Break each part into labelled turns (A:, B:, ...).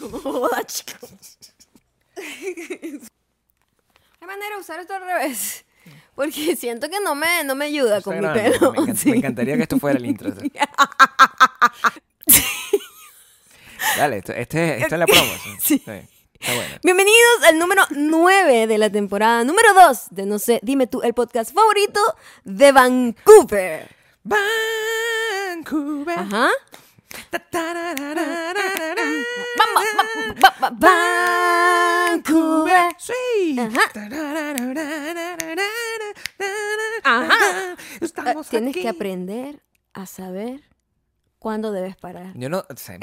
A: Joda, chicos. Hay manera de usar esto al revés. Porque siento que no me, no me ayuda con mi
B: Instagram,
A: pelo.
B: Me, encant-
A: Sí.
B: me encantaría que esto fuera el intro. sí. Dale, esto, este, esta es la promo.
A: Sí.
B: sí. Está bien, está buena.
A: Bienvenidos al número 9 de la temporada, número 2 de No sé, dime tú, el podcast favorito de Vancouver.
B: Vancouver.
A: Ajá.
B: ta, tararararara,
A: Va- va- va- va- Vancouver.
B: Sí.
A: Ajá.
B: Tarararararara,
A: Ajá. Eh,
B: Estamos
A: Tienes
B: aquí.
A: que aprender a saber cuándo debes parar.
B: Yo no sé.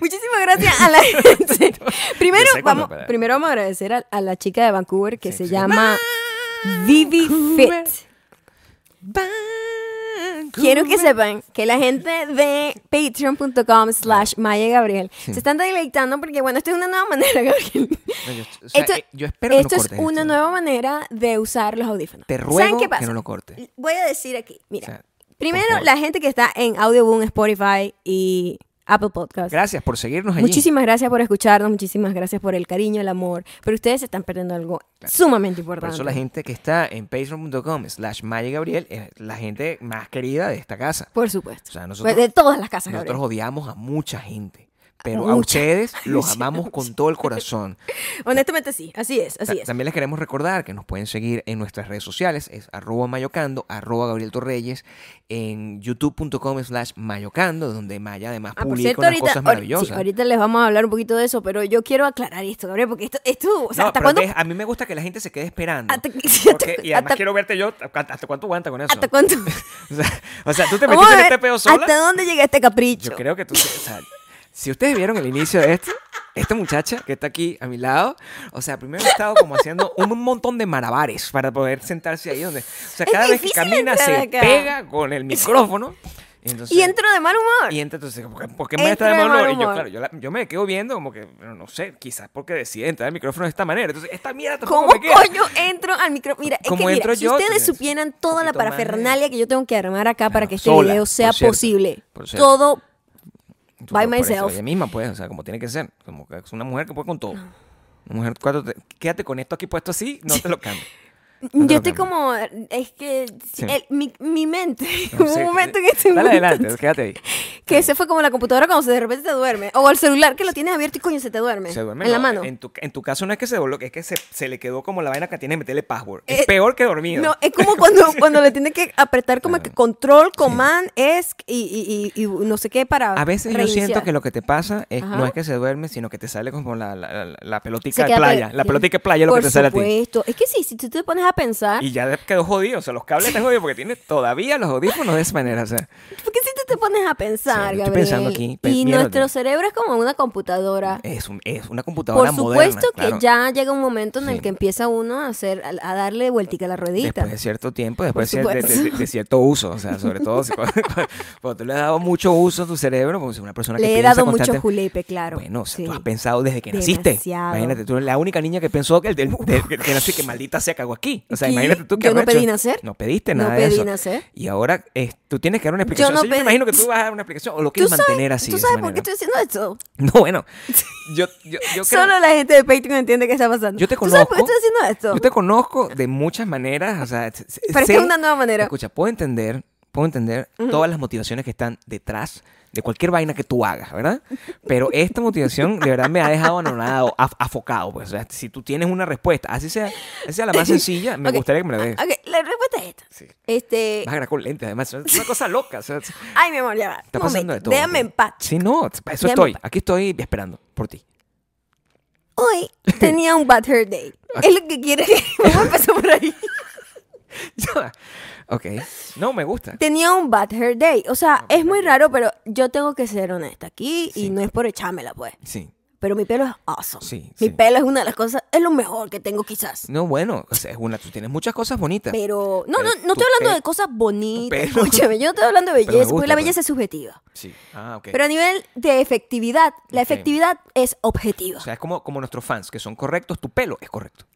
A: Muchísimas gracias a la gente. primero,
B: Yo sé cuándo
A: vamos,
B: parar.
A: primero vamos a agradecer a, a la chica de Vancouver que
B: Sí,
A: se
B: sí. ¡Ah!
A: llama Vivi
B: Vancouver.
A: Fit. Quiero que sepan que la gente de patreon.com slash Maya Gabriel se están deleitando porque, bueno, esto es una nueva manera, Gabriel.
B: No, yo, o sea,
A: esto
B: eh, yo espero que no
A: esto es
B: cortes
A: una
B: esto.
A: nueva manera de usar los audífonos.
B: Te
A: ¿Saben
B: ruego
A: qué pasa?
B: que no lo cortes.
A: Voy a decir aquí, mira.
B: O sea, por
A: primero,
B: favor.
A: la gente que está en Audioboom, Spotify y Apple Podcast.
B: Gracias por seguirnos allí.
A: Muchísimas gracias por escucharnos, muchísimas gracias por el cariño, el amor. Pero ustedes se están perdiendo algo sumamente
B: Por
A: importante.
B: eso la gente que está en patreon.com slash Maya Gabriel es la gente más querida de esta casa.
A: Por supuesto.
B: O sea,
A: Pues,
B: nosotros,
A: de todas las casas,
B: nosotros
A: Gabriel.
B: odiamos a mucha gente. Pero a
A: mucha.
B: ustedes los amamos con todo el corazón.
A: Honestamente sí, así es, así
B: Ta-
A: es.
B: También les queremos recordar que nos pueden seguir en nuestras redes sociales, es arroba mayocando, arroba Gabriel Torreyes, en youtube.com slash mayocando, donde Maya además
A: Ah, por
B: publica
A: cierto,
B: unas
A: ahorita,
B: cosas
A: ahor-
B: maravillosas.
A: sí, ahorita les vamos a hablar un poquito de eso, pero yo quiero aclarar esto, Gabriel, porque esto, esto o sea,
B: No,
A: ¿hasta
B: pero
A: cuándo? Ah,
B: ves, a mí me gusta que la gente se quede esperando.
A: Hasta-
B: porque- y además
A: hasta-
B: quiero verte yo, ¿hasta cuánto aguanta con eso?
A: ¿Hasta cuándo?
B: O sea, o sea, tú te
A: Vamos a
B: metiste en
A: ver,
B: este peo sola.
A: ¿Hasta dónde llega este capricho?
B: Yo creo que tú. o sea, si ustedes vieron el inicio de esto, esta muchacha que está aquí a mi lado, o sea, primero ha estado como haciendo un montón de malabares para poder sentarse ahí donde. O sea,
A: Es
B: cada vez que
A: difícil
B: camina
A: entrar
B: se
A: acá.
B: pega con el micrófono. Entonces,
A: Y entro de mal humor.
B: y entra, entonces, ¿por qué, por qué me
A: Entro
B: está de
A: de
B: mal
A: mal
B: humor? Y yo,
A: humor.
B: claro, yo, la- yo me quedo viendo como que, bueno, no sé, quizás porque decide entrar el micrófono de esta manera. Entonces, esta mierda tampoco
A: ¿Cómo
B: me queda.
A: coño entro al micrófono? Mira, es que
B: ¿Cómo entro
A: mira, si
B: yo?
A: ustedes
B: Tienes
A: supieran toda la
B: poquito más de-
A: parafernalia que yo tengo que armar acá para
B: Claro,
A: que este
B: sola,
A: video
B: por
A: sea
B: cierto,
A: posible,
B: por cierto.
A: todo
B: Tú,
A: By
B: por eso,
A: myself.
B: Ella misma, pues, o sea, como tiene que ser. Como que es una mujer que puede con todo. Una mujer, cuando te- quédate con esto aquí puesto así, no te lo cambio. No te
A: Yo
B: lo
A: estoy
B: cambio.
A: como, es que
B: Sí.
A: el- mi, mi mente,
B: No,
A: hubo
B: sí,
A: un momento
B: sí.
A: que estoy
B: Dale
A: muy-
B: adelante, quédate ahí.
A: que se fue como la computadora cuando se- de repente se duerme, o el celular que lo tienes abierto y coño se te duerme,
B: Se duerme,
A: en la
B: no,
A: mano.
B: En tu, en tu caso no es que se dobló, es que se, se le quedó como la vaina que tiene de meterle password.
A: Eh,
B: es peor que dormido.
A: No, es como cuando, cuando le tienes que apretar como que control, command, esc y, y- y- y no sé qué para
B: a veces yo siento
A: reiniciar.
B: que lo que te pasa es,
A: Ajá.
B: no es que se duerme, sino que te sale como la, la, la- la
A: Se
B: pelotica de
A: queda
B: playa.
A: pe-
B: La pelotica de playa es lo que
A: Por
B: te sale a ti.
A: supuesto. Es que sí, si tú te pones a pensar,
B: Y ya quedó jodido. O sea, los cables están jodidos porque tiene todavía los audífonos de esa manera. O sea,
A: porque si tú te pones a pensar,
B: Sí, yo estoy
A: Gabriel,
B: pensando aquí, pe-
A: y
B: mierda.
A: nuestro cerebro es como una computadora.
B: es, un- es una
A: Ah. Por
B: computadora
A: supuesto
B: moderna.
A: que
B: claro.
A: ya llega un momento en el
B: Sí.
A: que empieza uno a hacer a, a darle vueltica a la ruedita.
B: Después de cierto tiempo, después de,
A: Por
B: cier- de- de-
A: supuesto.
B: de cierto uso, o sea, sobre todo si cuando, cuando tú le has dado mucho uso a tu cerebro, porque si una persona que
A: Le he
B: piensa
A: dado mucho
B: constante-
A: julepe, claro.
B: Bueno, o sea,
A: Sí.
B: tú has pensado desde que naciste.
A: Demasiado.
B: Imagínate, tú eres la única niña que pensó que el del- del- que, que nací, que maldita sea cagó aquí. O sea,
A: ¿Qué?
B: imagínate tú que
A: Yo no pedí nacer.
B: No pediste
A: No
B: nada de
A: pedí
B: eso.
A: nacer.
B: Y ahora eh, tú tienes que dar una explicación.
A: no
B: O sea, Yo,
A: pedí-
B: me imagino que tú vas a dar una explicación o lo
A: ¿Tú
B: quieres
A: sabes,
B: mantener así.
A: ¿tú
B: de esa
A: sabes por qué
B: manera.
A: estoy haciendo esto?
B: No, bueno. Yo, yo, yo creo-
A: Solo la gente de Patreon entiende qué está pasando.
B: Yo te
A: ¿Tú sabes por qué
B: conozco.
A: estoy haciendo esto?
B: Yo te conozco de muchas maneras, o sea, s- s-
A: Pero es que
B: sé-
A: es una nueva manera.
B: Escucha, puedo entender, puedo entender todas las motivaciones que están detrás de cualquier vaina que tú hagas, ¿verdad? Pero esta motivación de verdad me ha dejado anonadado, af- afocado, pues, o sea, si tú tienes una respuesta, así sea, así sea la más sencilla, me
A: Ok. Ah,
B: gustaría que me la des.
A: Ok, la respuesta es esta.
B: Sí.
A: Este,
B: Vas a grabar con lentes, además, es una cosa loca, o sea, es-
A: ay, mi amor, ya va.
B: está
A: Un
B: pasando
A: momento,
B: de todo.
A: Déjame en paz.
B: Sí, no, para eso
A: Déjame en
B: estoy,
A: paz.
B: aquí estoy esperando por ti.
A: Hoy tenía un bad hair day. Es lo que quiere que... Vamos a empezar por ahí.
B: ok, no, me gusta.
A: Tenía un bad hair day. O sea, es muy raro, pero yo tengo que ser honesta aquí y
B: Sí.
A: no es por echármela, pues.
B: Sí.
A: Pero mi pelo es awesome.
B: Sí,
A: mi
B: sí.
A: pelo es una de las cosas, es lo mejor que tengo quizás.
B: No, bueno, o sea, es una, tú tienes muchas cosas bonitas.
A: Pero no,
B: Pero
A: no, no
B: tu
A: estoy hablando
B: pe-
A: de cosas bonitas.
B: tu pelo-
A: Escúchame, yo no estoy hablando de
B: Pero me
A: belleza, porque
B: gusta,
A: la
B: pues.
A: belleza es subjetiva.
B: Sí. Ah, ok.
A: Pero a nivel de efectividad, la
B: Ok.
A: efectividad es objetiva.
B: o sea, es como, como nuestros fans, que son correctos, tu pelo es correcto.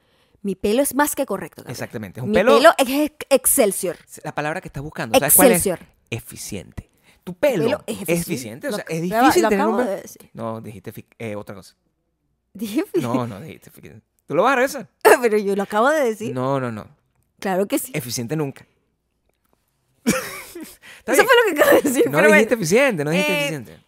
A: mi pelo es más que correcto. Gabriel.
B: Exactamente. Es un
A: mi
B: pelo,
A: pelo es ex- excelsior.
B: la palabra que estás buscando. ¿Sabes cuál es?
A: Excelsior.
B: Eficiente. Tu tu pelo,
A: pelo
B: es
A: es
B: eficiente.
A: eficiente.
B: O
A: Lo
B: sea, es
A: acaba-
B: difícil
A: lo
B: tener un
A: acabo
B: pe-
A: de decir.
B: No, dijiste fi- eh, otra cosa.
A: Dije,
B: No, no dijiste eficiente. ¿Tú lo vas a regresar?
A: pero yo lo acabo de decir.
B: No, no, no.
A: Claro que sí.
B: Eficiente nunca. Está
A: Eso
B: bien.
A: fue lo que acabo de decir.
B: no
A: pero
B: dijiste
A: bueno.
B: eficiente, no dijiste
A: Eh,
B: eficiente.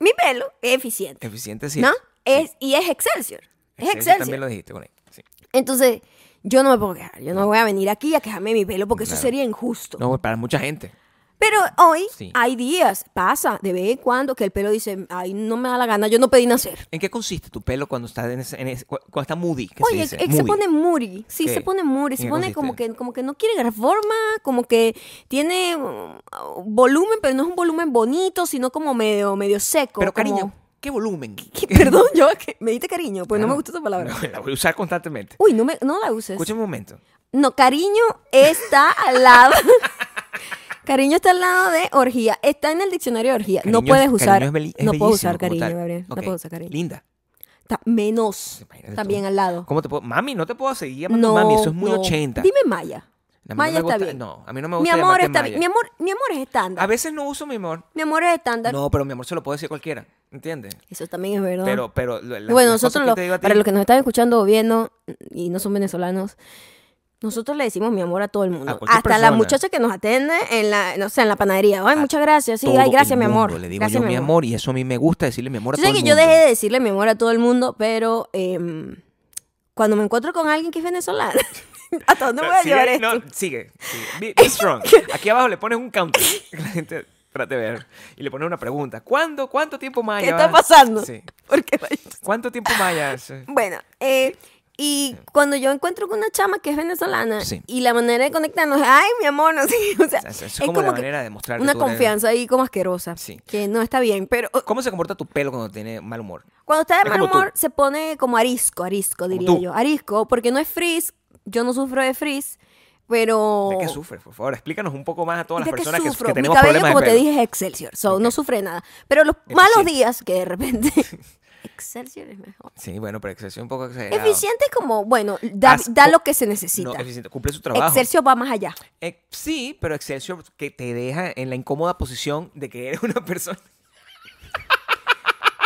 A: Mi pelo es eficiente.
B: Eficiente sí.
A: ¿No?
B: es.
A: Es, y es Excelsior. Es
B: Excelsior
A: Excelsior.
B: También lo dijiste con él. Sí.
A: Entonces, yo no me puedo quejar. Yo no voy a venir aquí a quejarme de mi pelo porque
B: Claro.
A: eso sería injusto.
B: No, para mucha gente.
A: Pero hoy
B: Sí.
A: hay días, pasa de vez en cuando que el pelo dice, ay, no me da la gana, yo no pedí nacer.
B: ¿En qué consiste tu pelo cuando está, en ese- en ese- cu- cuando está moody? ¿Qué
A: Oye,
B: se,
A: él
B: dice?
A: se
B: Moody.
A: pone muri, sí,
B: ¿Qué?
A: se pone muri,
B: ¿En
A: se
B: qué
A: pone como
B: consiste?
A: que, como que no quiere agarrar forma, como que tiene uh, volumen, pero no es un volumen bonito, sino como medio, medio seco. como-
B: Pero cariño, ¿qué volumen?
A: ¿Qué? Perdón, yo que- me diste cariño, pues no
B: Claro.
A: me gusta esa palabra.
B: No, la voy a usar constantemente.
A: Uy, no, me, no la uses.
B: Escucha un momento.
A: No, cariño está al lado. cariño está al lado de orgía. Está en el diccionario de orgía. no
B: Cariño es-
A: puedes usar.
B: cariño es beli- es
A: no puedo
B: bellísimo
A: usar
B: como
A: cariño,
B: tal.
A: Gabriel.
B: Ok.
A: No puedo usar cariño.
B: Linda.
A: Está menos.
B: Imagínate
A: También
B: tú.
A: al lado.
B: ¿Cómo te puedo? Mami, no te puedo seguir llamando
A: No.
B: mami. Eso es muy
A: no.
B: 80.
A: Dime Maya.
B: A mí
A: Maya
B: no me
A: está
B: gusta-
A: bien.
B: No, a mí no me
A: Mi
B: gusta
A: amor
B: llamarte
A: está
B: Maya.
A: bien. Mi amor, mi amor es
B: A
A: estándar.
B: veces no uso mi amor.
A: Mi amor es estándar.
B: No, pero mi amor se lo puede decir cualquiera. ¿Entiendes?
A: Eso también es verdad.
B: Pero, pero. lo- las-
A: bueno,
B: las cosas
A: nosotros,
B: que
A: lo-
B: te digo a ti-
A: para los que nos están escuchando o viendo y no son venezolanos, nosotros le decimos mi amor a todo el mundo.
B: A
A: Hasta
B: cualquier
A: la
B: persona.
A: muchacha que nos atende en la, no sé, en la panadería. Ay,
B: A
A: muchas gracias. Sí,
B: todo
A: ay, gracias,
B: el
A: mi amor.
B: mundo. Le digo
A: gracias,
B: yo mi amor y eso a mí me gusta decirle mi amor a
A: Yo
B: todo
A: sé
B: el
A: que
B: mundo.
A: yo dejé de decirle mi amor a todo el mundo, pero em, cuando me encuentro con alguien que es venezolana, ¿hasta dónde voy a
B: sigue,
A: llevar esto?
B: no, sigue, sigue. Be, be strong. Aquí abajo le pones un counter. La gente trate de ver. Y le pones una pregunta. ¿Cuándo? ¿Cuánto tiempo más
A: ¿Qué
B: allá
A: está
B: vas?
A: pasando?
B: Sí.
A: Porque,
B: ¿Cuánto tiempo más allá? Sí.
A: bueno, eh, y cuando yo encuentro con una chama que es venezolana
B: Sí.
A: y la manera de conectarnos, ay, mi amor, no sé, o sea,
B: O sea, eso
A: es,
B: es
A: como,
B: como la
A: que
B: manera de mostrar que
A: una
B: tú eres-
A: confianza ahí como asquerosa,
B: Sí.
A: que no está bien, pero o,
B: ¿Cómo se comporta tu pelo cuando tiene mal humor?
A: cuando está de
B: Es
A: mal
B: como tú.
A: humor se pone como arisco, arisco diría
B: tú.
A: yo, arisco, porque no es frizz, yo no sufro de frizz, pero...
B: ¿De qué sufres? Por favor, explícanos un poco más a todas
A: ¿De
B: las
A: qué
B: personas que,
A: sufro?
B: que
A: Mi
B: tenemos
A: cabello,
B: problemas
A: como
B: de
A: te
B: pelo.
A: dije, es Excelsior. So, No sufre de nada. Pero los malos
B: Eficiente.
A: días que de repente. Excelsior es mejor.
B: Sí, bueno, pero Excelsior un poco exagerado.
A: Eficiente es como, bueno, da,
B: Haz-
A: da lo que se
B: No,
A: necesita.
B: eficiente. Cumple su trabajo.
A: Excelsior va más allá.
B: Eh, sí, pero Excelsior que te deja en la incómoda posición de que eres una persona.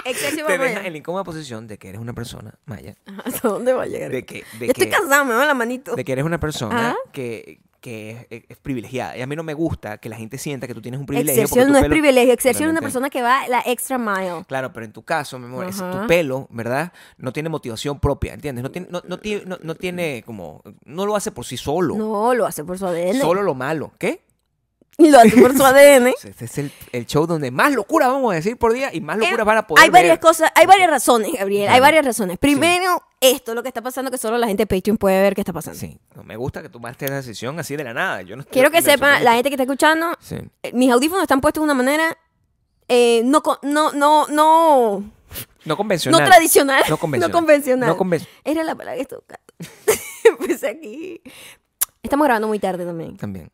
A: Excelsior va
B: Te
A: más
B: deja en
A: allá.
B: la incómoda posición de que eres una persona maya.
A: ¿Hasta dónde va a llegar?
B: De que, de
A: Yo estoy
B: que-
A: cansada, me va la manito.
B: de que eres una persona
A: Ajá.
B: que, que es, es privilegiada. Y a mí no me gusta que la gente sienta que tú tienes un privilegio. porque
A: Excelsior
B: tu
A: no es
B: pelo-
A: privilegio. Excelsior es una
B: Realmente-
A: persona que va la extra mile.
B: Claro, pero en tu caso, mi amor, es- tu
A: Ajá.
B: pelo, ¿verdad? No tiene motivación propia, ¿entiendes? No tiene, no, no tiene, no- no tiene como, no lo hace por sí solo.
A: No, ¿Eh? lo hace por su ADN.
B: Solo lo malo, ¿qué?
A: Lo hace por su ADN.
B: Este es el, el show donde más locura vamos a decir por día y más locura
A: Eh,
B: van a poder
A: Hay varias
B: ver.
A: cosas, hay varias razones, Gabriel. Hay
B: Claro.
A: varias razones. Primero, esto, lo que está pasando, que solo la gente de Patreon puede ver qué está pasando.
B: Sí, no me gusta que tomaste esa decisión así de la nada. Yo no
A: Quiero que
B: yo-
A: sepan, la gente que está escuchando,
B: Sí.
A: eh, mis audífonos están puestos de una manera eh, no, con- no, no, no,
B: No
A: no
B: convencional.
A: tradicional.
B: No convencional.
A: No convencional.
B: No conven-
A: Era la palabra que estaba buscando. Empecé aquí. Estamos grabando muy tarde también.
B: También.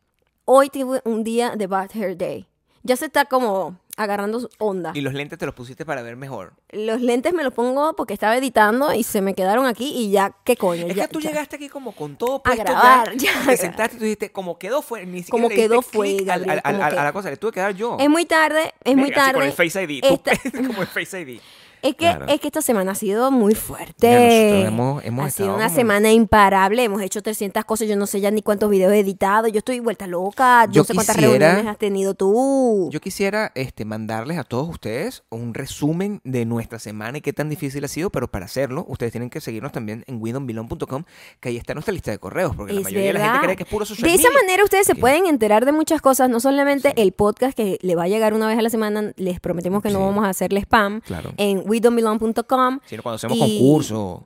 A: Hoy tuve un día de Bad Hair Day. Ya se está como agarrando su onda.
B: Y los lentes te los pusiste para ver mejor.
A: Los lentes me los pongo porque estaba editando y se me quedaron aquí y ya, ¿qué coño?
B: Es
A: ya,
B: que tú
A: ya.
B: llegaste aquí como con todo puesto
A: grabar, ya,
B: Te
A: a grabar.
B: sentaste y tú dijiste, como quedó fue, ni siquiera
A: Como
B: le diste
A: quedó fue,
B: clic al-
A: Gabriel,
B: al-
A: como
B: al- a
A: que-
B: la cosa, le tuve que dar yo.
A: Es muy tarde, es muy
B: Verga, así
A: tarde.
B: con el Face ID, tú-
A: Esta-
B: como el Face ID.
A: Es que,
B: Claro.
A: es que esta semana ha sido muy fuerte.
B: Ya, nosotros hemos- hemos
A: ha sido
B: estado
A: una
B: como-
A: semana imparable. Hemos hecho 300 cosas. Yo no sé ya ni cuántos videos he editado. Yo estoy vuelta loca.
B: Yo
A: no sé cuántas
B: quisiera-
A: reuniones has tenido tú.
B: Yo quisiera este, mandarles a todos ustedes un resumen de nuestra semana y qué tan difícil ha sido, pero para hacerlo, ustedes tienen que seguirnos también en widombilon.com, que ahí está nuestra lista de correos, porque la
A: Es
B: mayoría de la gente
A: verdad.
B: cree que es puro social
A: De esa
B: media.
A: manera ustedes se
B: Sí.
A: pueden enterar de muchas cosas, no solamente el podcast que le va a llegar una vez a la semana, les prometemos que no
B: Sí.
A: vamos a hacerle spam
B: Claro.
A: en wedontbelong.com.
B: Sino cuando hacemos
A: Y-
B: concursos.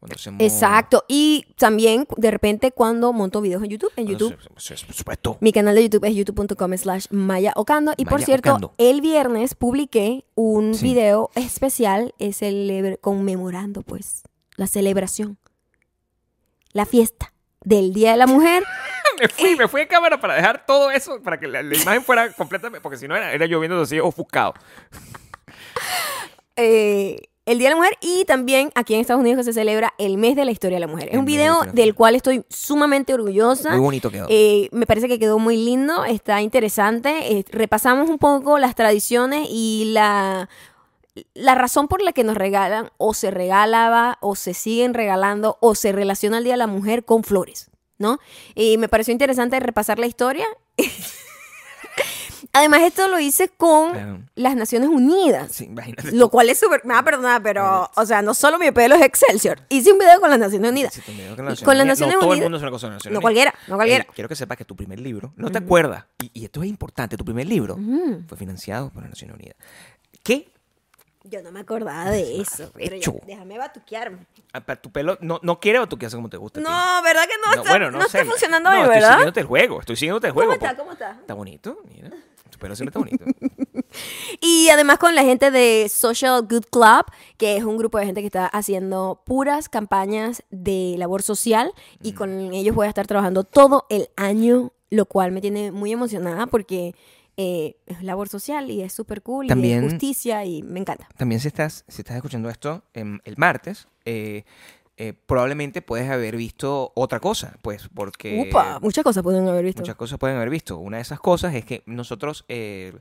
B: Cuando hacemos...
A: Exacto, y también de repente cuando monto videos en YouTube, en
B: cuando
A: YouTube
B: se- se- se- Por supuesto.
A: Mi canal de YouTube es youtube.com slash mayaocando. Y por
B: Maya
A: cierto,
B: Ocando.
A: el viernes publiqué un
B: Sí.
A: video especial eh, celebr- conmemorando pues la celebración, la fiesta del Día de la Mujer.
B: me fui,
A: Eh.
B: me fui de cámara para dejar todo eso, para que la, la imagen fuera completamente, porque si no era, era yo viendo así ofuscado.
A: Eh, el Día de la Mujer y también aquí en Estados Unidos que se celebra el mes de la historia de la mujer. Es
B: El
A: un
B: mes de la
A: video
B: historia de la
A: del cual estoy sumamente orgullosa.
B: Muy bonito quedó.
A: Eh, me parece que quedó muy lindo, está interesante. Eh, repasamos un poco las tradiciones y la, la razón por la que nos regalan o se regalaba o se siguen regalando o se relaciona el Día de la Mujer con flores, ¿no? Y me pareció interesante repasar la historia. Además, esto lo hice con
B: Claro.
A: las Naciones Unidas.
B: Sí, imagínate.
A: Lo cual es súper. Me va a perdonar, pero. O sea, no solo mi pelo es Excelsior. Hice un video con las Naciones Unidas.
B: Sí, también, con
A: Y con las Naciones
B: no, todo el
A: Unidas-
B: mundo se lo conoce, Naciones
A: No
B: Unidas.
A: cualquiera, no cualquiera.
B: Eh, quiero que sepas que tu primer libro, no te acuerdas, y, y esto es importante, tu primer libro fue financiado por las Naciones Unidas. ¿Qué?
A: Yo no me acordaba de eso. pero
B: hecho.
A: ya, déjame batuquearme.
B: Ah, pa- Tu pelo no, no quiere batuquearse como te gusta. a ti.
A: No, ¿verdad que no, está, no está
B: sé.
A: funcionando
B: No,
A: bien,
B: Estoy
A: verdad?
B: siguiéndote el juego, estoy siguiéndote el juego.
A: ¿Cómo está?
B: po.
A: ¿Cómo está?
B: Está bonito, mira. Tu pelo siempre está bonito.
A: Y además con la gente de Social Good Club, que es un grupo de gente que está haciendo puras campañas de labor social
B: Mm.
A: y con ellos voy a estar trabajando todo el año, lo cual me tiene muy emocionada porque eh, es labor social y es súper cool y
B: También-
A: es justicia y me encanta.
B: También si estás, si estás escuchando esto em, el martes, eh, eh, probablemente puedes haber visto otra cosa, pues, porque...
A: Upa, muchas cosas pueden haber visto.
B: Muchas cosas pueden haber visto. Una de esas cosas es que nosotros eh,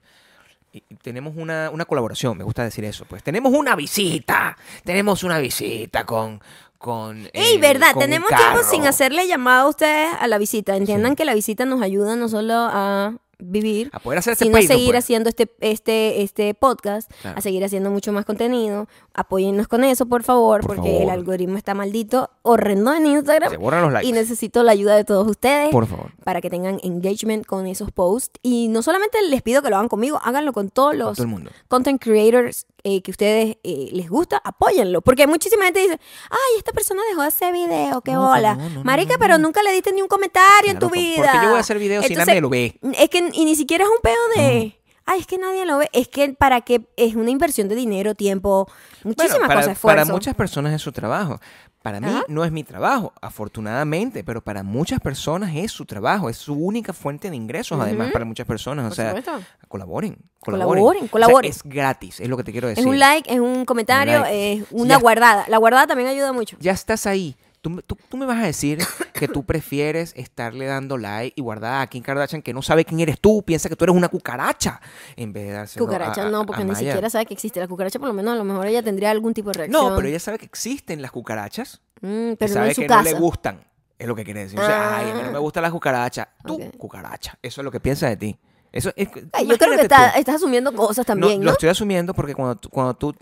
B: y- y tenemos una, una colaboración, me gusta decir eso. Pues tenemos una visita, tenemos una visita con... con
A: Ey,
B: eh,
A: verdad,
B: con un
A: tenemos tiempo
B: carro.
A: sin hacerle llamada a ustedes a la visita. Entiendan que la visita nos ayuda no solo a vivir,
B: A poder hacer este
A: sino a
B: payment,
A: seguir
B: pues. Ah.
A: haciendo este, este, este podcast,
B: Claro.
A: a seguir haciendo mucho más contenido. Apóyennos con eso, por favor,
B: Por
A: porque el
B: favor.
A: algoritmo está maldito, horrendo en Instagram.
B: Se borran los
A: Y
B: likes.
A: necesito la ayuda de todos ustedes
B: Por favor.
A: para que tengan engagement con esos posts. Y no solamente les pido que lo hagan conmigo, háganlo con todos
B: Con
A: los
B: todo el mundo.
A: content creators eh, que ustedes eh, les gusta, apóyenlo. Porque muchísima gente dice, ay, esta persona dejó ese video, qué
B: No,
A: bola.
B: no, no, no,
A: Marica,
B: no,
A: pero nunca le diste ni un comentario en tu
B: Claro, ¿por-
A: vida.
B: por qué yo voy a hacer videos si
A: Entonces,
B: nadie lo ve?
A: Es que y ni siquiera es un pedo de... Ay, es que nadie lo ve. Es que para que es una inversión de dinero, tiempo, muchísimas
B: Bueno, para,
A: cosas, esfuerzo.
B: para muchas personas es su trabajo. Para mí
A: Ajá.
B: no es mi trabajo, afortunadamente, pero para muchas personas es su trabajo, es su única fuente de ingresos, además, para muchas personas. O
A: Por
B: sea,
A: supuesto.
B: colaboren, colaboren.
A: Colaboren,
B: O sea,
A: colaboren.
B: es gratis, es lo que te quiero decir.
A: Es un like, es un comentario,
B: pues like.
A: es
B: Y
A: una
B: ya-
A: guardada. La guardada también ayuda mucho.
B: Ya estás ahí. Tú, me- tú- tú me vas a decir que tú prefieres estarle dando like y guardar a Kim Kardashian que no sabe quién eres tú, piensa que tú eres una cucaracha, en vez de darse
A: Cucaracha no, porque ni siquiera sabe que existe. La cucaracha, por lo menos, a lo mejor ella tendría algún tipo de reacción.
B: No, pero ella sabe que existen las cucarachas.
A: Mm,
B: que
A: pero no
B: sabe
A: en su
B: que
A: casa.
B: no le gustan. Es lo que quiere decir. O
A: Ah.
B: sea, ay, a mí no me gusta la cucaracha. Tú,
A: Ok.
B: cucaracha. Eso es lo que piensa de ti. Eso es,
A: Ay, yo creo
B: imagínate
A: que está-
B: tú.
A: estás asumiendo cosas
B: No,
A: también, ¿no?
B: Lo estoy asumiendo porque cuando tú, cuando tú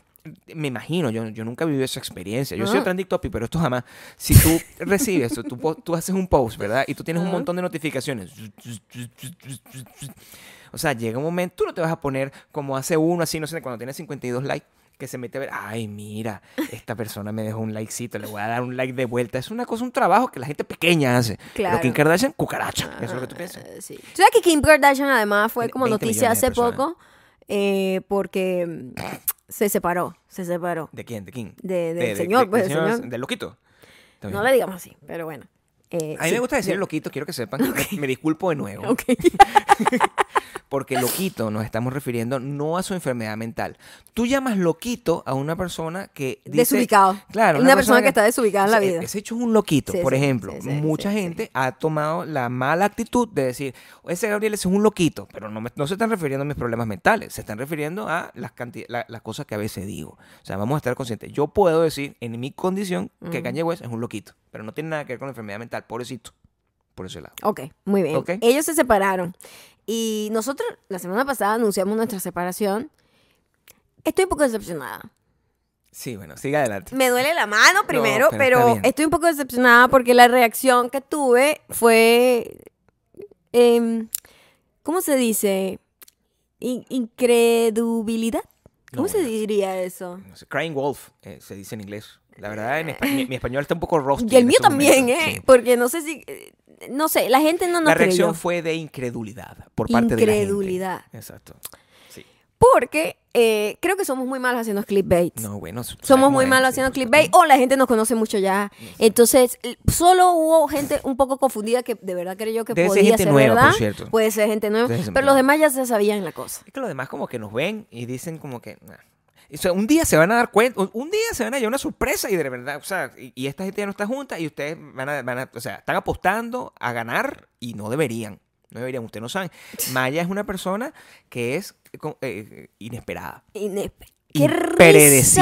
B: me imagino, yo, yo nunca viví esa experiencia. Yo soy
A: Ah.
B: otro Andy Topi, pero esto jamás. Si tú recibes, tú, po- tú haces un post, ¿verdad? Y tú tienes un montón de notificaciones. O sea, llega un momento, tú no te vas a poner como hace uno, así, no sé, cuando tienes 52 likes, que se mete a ver, ay, mira, esta persona me dejó un likecito, le voy a dar un like de vuelta. Es una cosa, un trabajo que la gente pequeña hace.
A: Claro.
B: Lo que en Kardashian, cucaracha. Eso es lo que tú piensas.
A: Eh, sí. ¿Tú sabes que Kim Kardashian además fue
B: Tiene
A: como
B: 20
A: noticia
B: millones de
A: hace poco? eh, porque mm, se separó, se separó.
B: ¿De quién? ¿De quién?
A: De- del señor, pues,
B: del
A: del señor.
B: Del loquito. Está
A: No
B: bien.
A: le digamos así, pero bueno. Eh,
B: A mí
A: sí,
B: me gusta decir
A: de-
B: loquito, quiero que sepan. Me, me disculpo de nuevo.
A: Ok.
B: Porque loquito nos estamos refiriendo no a su enfermedad mental. Tú llamas loquito a una persona que dice...
A: Desubicado.
B: Claro.
A: Una persona que está desubicada en la
B: o sea,
A: vida.
B: Ese hecho es un loquito,
A: Sí,
B: por
A: sí,
B: ejemplo.
A: sí, sí,
B: Mucha
A: sí, sí.
B: gente ha tomado la mala actitud de decir, ese Gabriel es un loquito, pero no, me- no se están refiriendo a mis problemas mentales, se están refiriendo a las, canti- la- las cosas que a veces digo. O sea, vamos a estar conscientes. Yo puedo decir, en mi condición, que Kanye West es un loquito, pero no tiene nada que ver con la enfermedad mental, pobrecito. Por ese lado.
A: Ok, muy bien.
B: Ok.
A: Ellos se separaron. Y nosotros la semana pasada anunciamos nuestra separación. Estoy un poco decepcionada.
B: Sí, bueno, sigue adelante.
A: Me duele la mano primero,
B: pero está
A: pero,
B: bien.
A: estoy un poco decepcionada porque la reacción que tuve fue. em, ¿Cómo se dice? In- incredulidad.
B: No,
A: ¿Cómo se
B: bueno.
A: diría eso?
B: No sé, Crying Wolf eh, se dice en inglés. La verdad, en espa- mi, mi español está un poco rosty.
A: Y el
B: en
A: mío
B: este
A: también,
B: momento,
A: ¿eh?
B: sí.
A: Porque no sé si. eh, No sé, la gente no nos
B: La reacción
A: creyó.
B: fue de incredulidad por parte de la
A: Incredulidad.
B: gente. Exacto. Sí.
A: Porque eh, creo que somos muy malos haciendo clickbaits.
B: No, bueno. s-
A: Somos
B: sabemos
A: muy
B: de-
A: malos
B: sí,
A: haciendo
B: por supuesto.
A: clickbait o la gente nos conoce mucho ya. Entonces, l- solo hubo gente un poco confundida que de verdad creyó que
B: Debe ser
A: podía
B: gente
A: ser
B: nueva, por
A: verdad.
B: cierto.
A: Puede ser gente nueva,
B: Debe ser gente
A: pero los
B: nueva.
A: demás ya se sabían la cosa.
B: Es que los demás como que nos ven y dicen como que... "Nah". O sea, un día se van a dar cuenta, un- un día se van a llevar una sorpresa y de verdad, o sea, y, y esta gente ya no está junta y ustedes van a, van a- o sea, están apostando a ganar y no deberían. No deberían, ustedes no saben. Maya es una persona que es co- eh, inesperada.
A: Inespe- Qué risa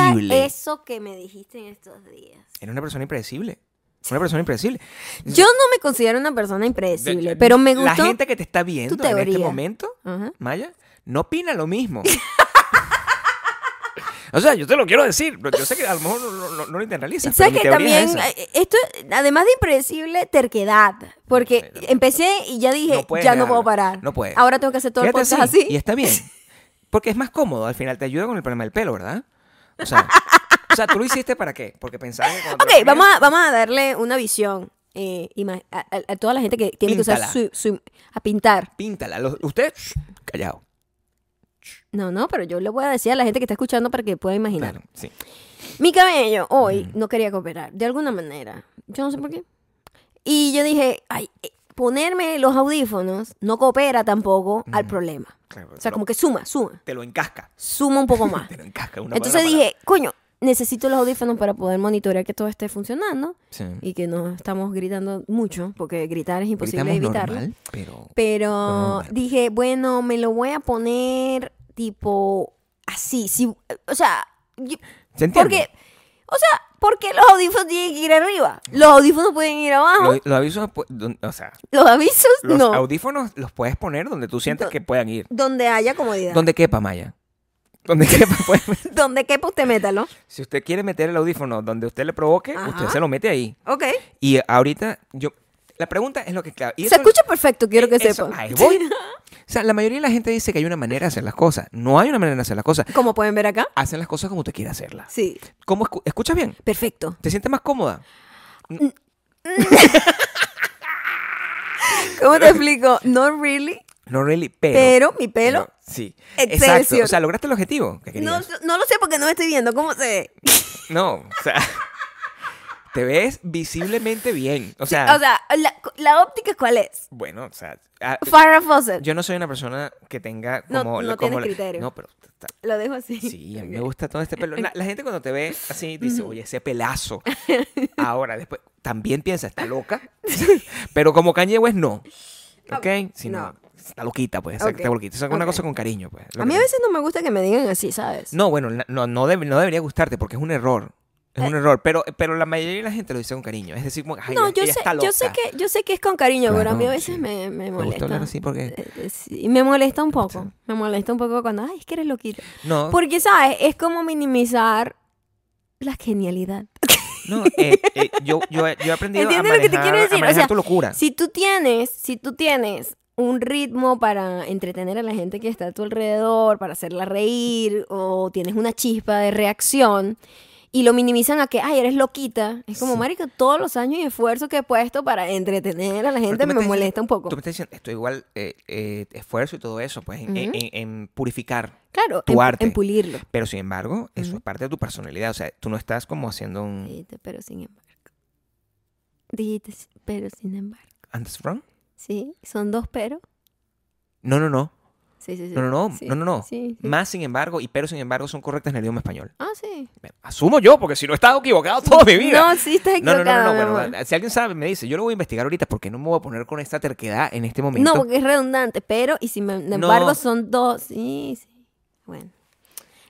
B: Impredecible.
A: eso que me dijiste en estos días.
B: Era una persona impredecible. Una persona impredecible.
A: Yo no me considero una persona impredecible,
B: De-
A: pero me gustó.
B: La gente que te está viendo en este
A: teoría.
B: momento,
A: Ajá.
B: Maya, no opina lo mismo. o sea, yo te lo quiero decir, pero yo sé que a lo mejor no, no- no- no lo internalizas. pero
A: ¿Sabes
B: mi
A: que
B: teoría es
A: también
B: esa.
A: eh, esto, además de impredecible, terquedad? Porque empecé y ya dije,
B: No puedes
A: ya no
B: negarlo,
A: puedo parar.
B: no puedes.
A: Ahora tengo que hacer todo el
B: Quédate
A: podcast
B: así,
A: así.
B: Y está bien. Porque es más cómodo al final. Te ayuda con el problema del pelo, ¿verdad? O sea, o sea, ¿tú lo hiciste para qué? Porque pensabas que cuando.
A: Ok, vamos a, vamos a darle una visión eh, ima- a, a- a toda la gente que tiene que usar
B: Píntala.
A: su, su- a pintar.
B: Píntala. Los- usted. shh, Callado.
A: No, no, pero yo le voy a decir a la gente que está escuchando para que pueda imaginar.
B: Claro, Mm. sí.
A: Mi cabello hoy no quería cooperar, de alguna manera. Yo no sé por qué. Y yo dije, ay, eh, ponerme los audífonos no coopera tampoco
B: Mm.
A: al problema.
B: Claro,
A: O sea,
B: lo-
A: como que suma, suma,
B: Te lo encasca.
A: suma un poco más.
B: Te lo encasca. Una
A: Entonces
B: palabra.
A: dije, coño, necesito los audífonos para poder monitorear que todo esté funcionando
B: Sí.
A: y que no estamos gritando mucho, porque gritar es imposible
B: Gritamos
A: evitarlo.
B: normal, pero.
A: Pero
B: normal.
A: dije, bueno, me lo voy a poner tipo así, sí, o sea, yo-
B: ¿Se entiende?
A: porque, o sea, porque los audífonos tienen que ir arriba, los audífonos pueden ir abajo,
B: Lo- los avisos, pues, don- o sea,
A: los avisos
B: los
A: ah. no,
B: audífonos los puedes poner donde tú sientas
A: Do-
B: que puedan ir.
A: donde haya comodidad, donde,
B: Donde quepa, Maya. Donde quepa, pues.
A: quepa usted métalo,
B: Si usted quiere meter el audífono donde usted le provoque,
A: Ajá.
B: usted se lo mete ahí.
A: ok,
B: Y ahorita, yo. La pregunta es lo que. claro, y
A: se
B: eso- e
A: escucha perfecto, quiero que
B: eso-
A: sepan,
B: ahí voy. O sea, la mayoría de la gente dice que hay una manera de hacer las cosas. No hay una manera de hacer las cosas.
A: como pueden ver acá,
B: Hacen las cosas como usted quiere hacerlas.
A: sí,
B: ¿Cómo escu- ¿Escuchas bien?
A: perfecto,
B: ¿Te sientes más cómoda?
A: ¿cómo te explico? No really,
B: No really, pero.
A: pero mi pelo,
B: pero- sí.
A: Excelsior.
B: Exacto. O sea, lograste el objetivo que
A: no,
B: querías.
A: no lo sé porque no me estoy viendo, ¿cómo se...?
B: No, o sea. Te ves visiblemente bien. O sea,
A: O sea, la, la óptica cuál es?
B: bueno, o sea. ah,
A: Farrah Fawcett.
B: yo no soy una persona que tenga
A: No,
B: como.
A: no
B: como
A: tienes criterio.
B: No, pero. está-
A: Lo dejo así.
B: Sí, a mí me gusta todo este pelo. La, la gente cuando te ve así dice, oye, ese pelazo. Ahora, después, también piensa, está loca. Pero como Kanye West, no. ¿Ok? Si no,
A: no.
B: está loquita, pues.
A: Ok.
B: Está loquita. Eso es una
A: Ok.
B: cosa con cariño, pues. lo
A: A
B: que
A: mí a
B: te-
A: veces no me gusta que me digan así, ¿sabes?
B: No, bueno, la- no, no, deb- no debería gustarte porque es un error. Es un error. Pero, pero la mayoría de la gente lo dice con cariño. Es decir, como,
A: Eh.
B: "Ay,
A: No,
B: ella-
A: yo
B: ella
A: sé,
B: está
A: yo sé
B: loca".
A: que, yo sé que es con cariño, pero a mí a
B: Claro,
A: veces
B: sí.
A: me, me
B: Me gusta
A: molesta.
B: hablar así porque...
A: Eh, eh, sí, me molesta un poco. Me molesta un poco cuando, ay, es que eres loquita.
B: No,
A: Porque, ¿sabes? Es como minimizar la genialidad.
B: no, eh, eh, yo, yo, he- yo he aprendido a
A: ¿Entiendes lo
B: manejar,
A: que te quiero
B: a
A: decir? O
B: manejar
A: sea,
B: tu locura.
A: Si tú tienes, si tú tienes un ritmo para entretener a la gente que está a tu alrededor, para hacerla reír, o tienes una chispa de reacción, y lo minimizan a que, ay, eres loquita, es como,
B: Sí.
A: marico, todos los años y esfuerzo que he puesto para entretener a la
B: Pero
A: gente
B: tú
A: me,
B: me estás
A: molesta un poco.
B: Tú me estás diciendo, esto igual eh, eh, esfuerzo y todo eso, pues, en,
A: Ujú.
B: en- en purificar.
A: Claro, em,
B: tu
A: en,
B: arte.
A: en pulirlo.
B: Pero sin embargo, eso
A: Ujú.
B: es parte de tu personalidad. O sea, tú no estás como haciendo un.
A: Dijiste, pero sin embargo. Dijiste, pero sin embargo.
B: ¿Andas wrong?
A: Sí, son dos pero.
B: No, no, no.
A: Sí, sí, sí.
B: No, no, no.
A: Sí,
B: No, no, no.
A: sí, sí.
B: Más sin embargo y pero sin embargo son correctas en el idioma español.
A: Ah, sí.
B: Bueno, Asumo yo, porque si no he estado equivocado toda mi vida.
A: No, sí, estás
B: No, no,
A: equivocada,
B: no, no,
A: mi
B: bueno, eh,
A: amor.
B: si alguien sabe, me dice, yo lo voy a investigar ahorita porque no me voy a poner con esta terquedad en este momento.
A: No, porque es redundante, pero y sin em- embargo son dos. Sí, sí. Bueno.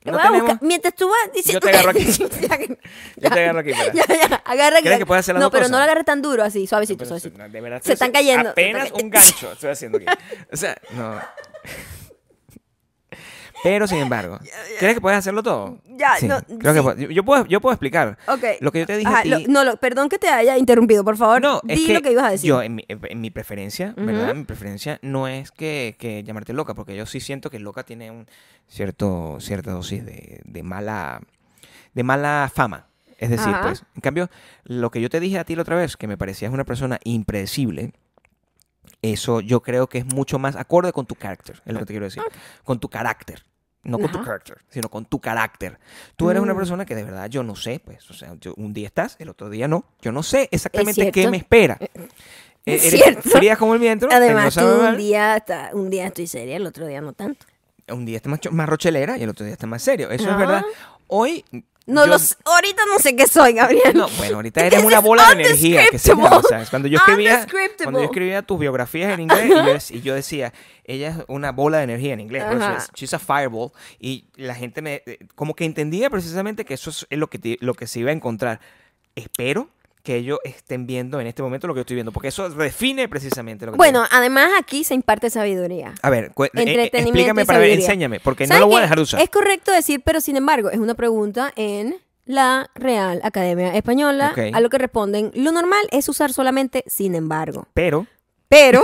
A: Lo
B: No
A: voy a buscar.
B: tenemos-
A: Mientras tú vas diciendo.
B: te agarro aquí.
A: Ya que-
B: Yo te agarro aquí, para.
A: ya, ya, agarra aquí.
B: ¿Crees que puedes hacer las
A: No,
B: dos
A: pero
B: cosas?
A: no lo agarres tan duro así, suavecito,
B: Pero
A: suavecito.
B: no, de verdad,
A: Se
B: estoy
A: están
B: haciendo
A: cayendo, se
B: Apenas
A: están
B: un gancho estoy haciendo aquí. O sea, no. Pero sin embargo, ¿crees que puedes hacerlo todo?
A: Ya,
B: Sí,
A: Ah, no,
B: creo que
A: sí.
B: puedo- yo- yo puedo, yo puedo explicar.
A: Ok.
B: Lo que yo te dije
A: Ajá,
B: a ti.
A: lo- no, lo- perdón que te haya interrumpido, por favor.
B: No, es
A: di lo que ibas a decir.
B: Yo, en mi, en mi preferencia, ¿verdad?
A: Ujú.
B: Mi preferencia no es que, que llamarte loca, porque yo sí siento que loca tiene un cierto, cierta dosis de, de mala, de mala fama. Es decir,
A: Ajá.
B: pues, en cambio, lo que yo te dije a ti la otra vez, que me parecías una persona impredecible, eso yo creo que es mucho más acorde con tu carácter, es lo que te quiero decir. Con tu carácter. No con tu
A: Ajá.
B: carácter, sino con tu carácter. Tú eres una
A: Mm.
B: persona que de verdad yo no sé, pues, o sea, yo- un día estás, el otro día no. Yo no sé exactamente qué
A: cierto.
B: me espera. Eh,
A: Es
B: eres
A: cierto.
B: fría como el viento. que no
A: Además, tú
B: sabe
A: un
B: mal.
A: día, está- un día estoy seria, el otro día no tanto.
B: un día está más, cho- más rochelera y el otro día está más serio. Eso
A: Ah.
B: es verdad. Hoy.
A: No
B: yo-
A: lo sé. ahorita no sé qué soy, Gabriel.
B: No, bueno, ahorita
A: This
B: eres una
A: is
B: bola de energía. Que se llama, o sea, cuando yo escribía,
A: Undescriptable.
B: cuando yo escribía tus biografías en inglés y yo, dec- y yo decía, ella es una bola de energía en inglés. por eso
A: Ajá.
B: es, she's a fireball. Y la gente me, eh, como que entendía precisamente que eso es lo que, te- lo que se iba a encontrar. Espero que ellos estén viendo en este momento lo que yo estoy viendo, porque eso define precisamente lo que
A: Bueno, además aquí se imparte sabiduría.
B: A ver, cu- eh, eh,
A: Entretenimiento
B: explícame
A: y
B: para ver,
A: sabiduría.
B: enséñame, porque no
A: ¿Saben
B: lo voy a
A: qué?
B: dejar de usar.
A: Es correcto decir, pero sin embargo, es una pregunta en la Real Academia Española,
B: Ok.
A: a lo que responden, lo normal es usar solamente sin embargo.
B: Pero,
A: Pero,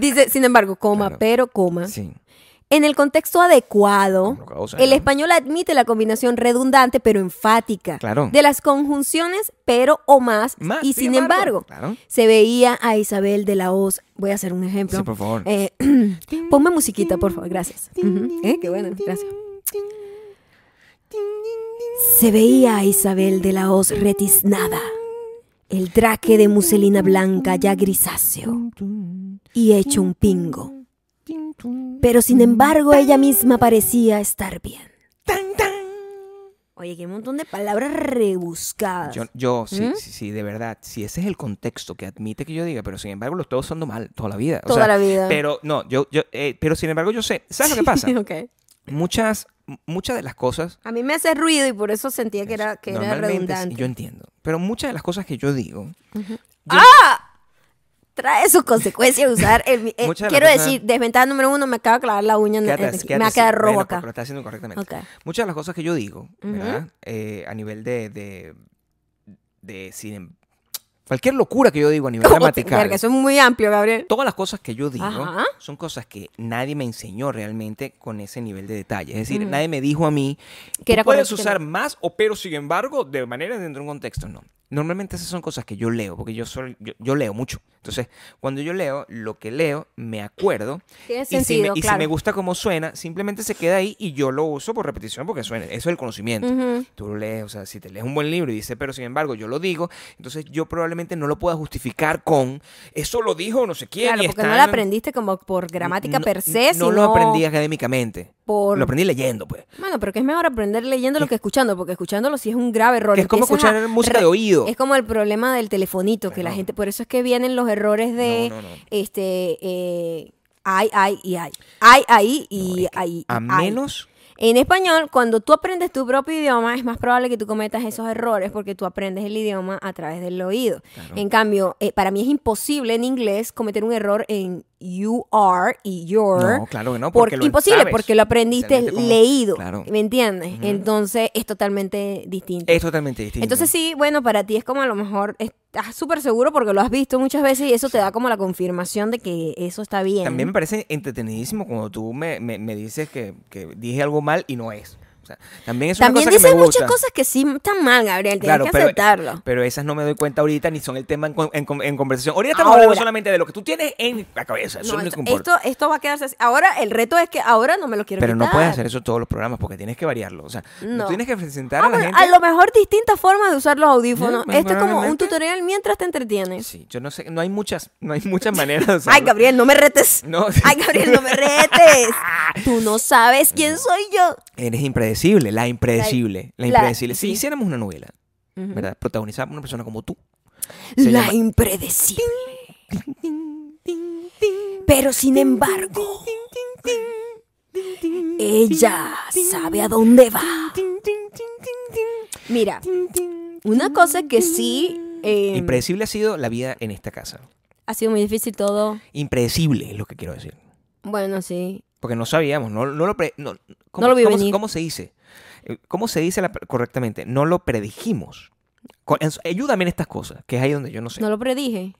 A: dice, sin embargo, coma,
B: Claro.
A: pero, coma.
B: sí.
A: En el contexto adecuado,
B: Como lo causa,
A: el
B: ¿no?
A: español admite la combinación redundante pero enfática
B: Claro.
A: de las conjunciones pero o más,
B: Más,
A: y sin embargo,
B: Claro.
A: se veía a Isabel de la Hoz. Voy a hacer un ejemplo.
B: Sí, por favor.
A: Eh, ponme musiquita, por favor. Gracias. Ujú. Eh, Qué bueno, gracias. Se veía a Isabel de la Hoz retiznada, el traje de muselina blanca ya grisáceo y hecho un pingo. Pero sin embargo, ella misma parecía estar bien. Oye, qué montón de palabras rebuscadas.
B: Yo, yo sí,
A: ¿Mm?
B: sí, sí, de verdad, si ese es el contexto que admite que yo diga, pero sin embargo lo estoy usando mal toda la vida. o
A: Toda
B: sea,
A: la vida.
B: Pero no, yo, yo, eh, pero sin embargo yo sé, ¿sabes lo que pasa?
A: Ok.
B: Muchas, muchas de las cosas
A: A mí me hace ruido y por eso sentía que era, que era
B: normalmente sí,
A: redundante.
B: yo entiendo, pero muchas de las cosas que yo digo,
A: Trae su consecuencia usar el... eh,
B: Muchas de las
A: quiero
B: cosas-
A: decir, desventaja número uno, me acabo de clavar la uña. en-
B: Quédate
A: en-
B: así,
A: me
B: quédate
A: va a
B: así.
A: quedar rojo
B: Bueno, pues,
A: acá.
B: Pero lo estás haciendo correctamente.
A: Ok.
B: Muchas de las cosas que yo digo,
A: Ujú.
B: ¿verdad? Eh, a nivel de, de, de cine- Cualquier locura que yo digo a nivel
A: Como te-
B: gramatical.
A: verga, eso es muy amplio, Gabriel.
B: Todas las cosas que yo digo
A: Ajá.
B: son cosas que nadie me enseñó realmente con ese nivel de detalle. Es decir, nadie me dijo a mí
A: Mm. Que
B: que
A: era
B: puedes
A: correcto.
B: usar más o pero, sin embargo, de manera dentro de un contexto. No. Normalmente esas son cosas que yo leo, porque yo, soy, yo, yo leo mucho. Entonces, cuando yo leo, lo que leo, me acuerdo.
A: Tiene
B: y si me,
A: sentido,
B: y si
A: claro.
B: me gusta cómo suena, simplemente se queda ahí y yo lo uso por repetición porque suena. Eso es el conocimiento.
A: Ujú.
B: Tú lo lees, o sea, si te lees un buen libro y dices, pero sin embargo, yo lo digo, entonces yo probablemente no lo pueda justificar con, eso lo dijo no sé quién.
A: Claro,
B: y
A: porque
B: está
A: no la
B: en-
A: aprendiste como por gramática
B: no-
A: per se,
B: No
A: sino
B: lo aprendí académicamente.
A: por...
B: Lo aprendí leyendo, pues.
A: Bueno, pero que es mejor aprender leyéndolo que escuchándolo, porque escuchándolo sí es un grave error.
B: Que es como
A: Empiezas a
B: escuchar música
A: re-
B: de oído.
A: Es como el problema del telefonito, que la
B: Bueno.
A: gente, por eso es que vienen los errores de,
B: No, no, no.
A: este, eh, ay, ay y ay, ay, ahí y ay.
B: A
A: y ay.
B: menos...
A: En español, cuando tú aprendes tu propio idioma, es más probable que tú cometas esos errores porque tú aprendes el idioma a través del oído. En cambio, eh, para mí es imposible en inglés cometer un error en you are y your.
B: No, claro que no,
A: por-
B: porque lo
A: imposible,
B: sabes.
A: porque lo aprendiste
B: Realmente como-
A: leído.
B: Claro.
A: ¿Me entiendes? Entonces es totalmente distinto.
B: Es totalmente distinto.
A: Entonces sí, bueno, para ti es como a lo mejor estás súper seguro porque lo has visto muchas veces y eso te da como la confirmación de que eso está bien.
B: También me parece entretenidísimo cuando tú me, me- me dices que, que dije algo mal y no es. O sea, también es una
A: También
B: cosa que
A: dices
B: me
A: muchas
B: gusta.
A: cosas que sí están mal, Gabriel. Tienes
B: Claro,
A: que
B: pero-
A: aceptarlo.
B: Pero esas no me doy cuenta ahorita ni son el tema en, con- en con- en conversación. Ahorita estamos
A: Ahora.
B: hablando solamente de lo que tú tienes en la cabeza. Eso
A: No,
B: es lo
A: esto,
B: que importa.
A: esto, esto va a quedarse así. Ahora, el reto es que ahora no me lo quiero
B: Pero no
A: quitar.
B: puedes hacer eso en todos los programas porque tienes que variarlo. O sea,
A: No.
B: tú tienes que presentar
A: Ah,
B: a la
A: bueno,
B: gente.
A: a, lo mejor distintas formas de usar los audífonos.
B: Mm,
A: esto es como un
B: probablemente.
A: tutorial mientras te entretienes.
B: Sí, yo no sé, no hay muchas, no hay muchas maneras de
A: Ay,
B: hacerlo.
A: Gabriel, no me retes.
B: No.
A: Ay, Gabriel, no me retes. Tú no sabes quién soy yo.
B: Eres impredecible, la impredecible, la,
A: la-
B: impredecible.
A: sí.
B: Si hiciéramos una novela,
A: Ujú.
B: ¿verdad? Protagonizada por una persona como tú. Se
A: La
B: llama-
A: impredecible. Pero sin embargo, ella sabe a dónde va. Mira, una cosa que sí eh,
B: Impredecible ha sido la vida en esta casa.
A: ha sido muy difícil todo.
B: Impredecible es lo que quiero decir.
A: Bueno, sí.
B: Porque no sabíamos, no, no lo pre- no- ¿cómo,
A: No lo vi
B: cómo-
A: venir.
B: cómo se dice? Eh, ¿Cómo se dice la- correctamente? No lo predijimos. Co- en- Ayúdame en estas cosas, que es ahí donde yo no sé.
A: No
B: No,
A: lo predije.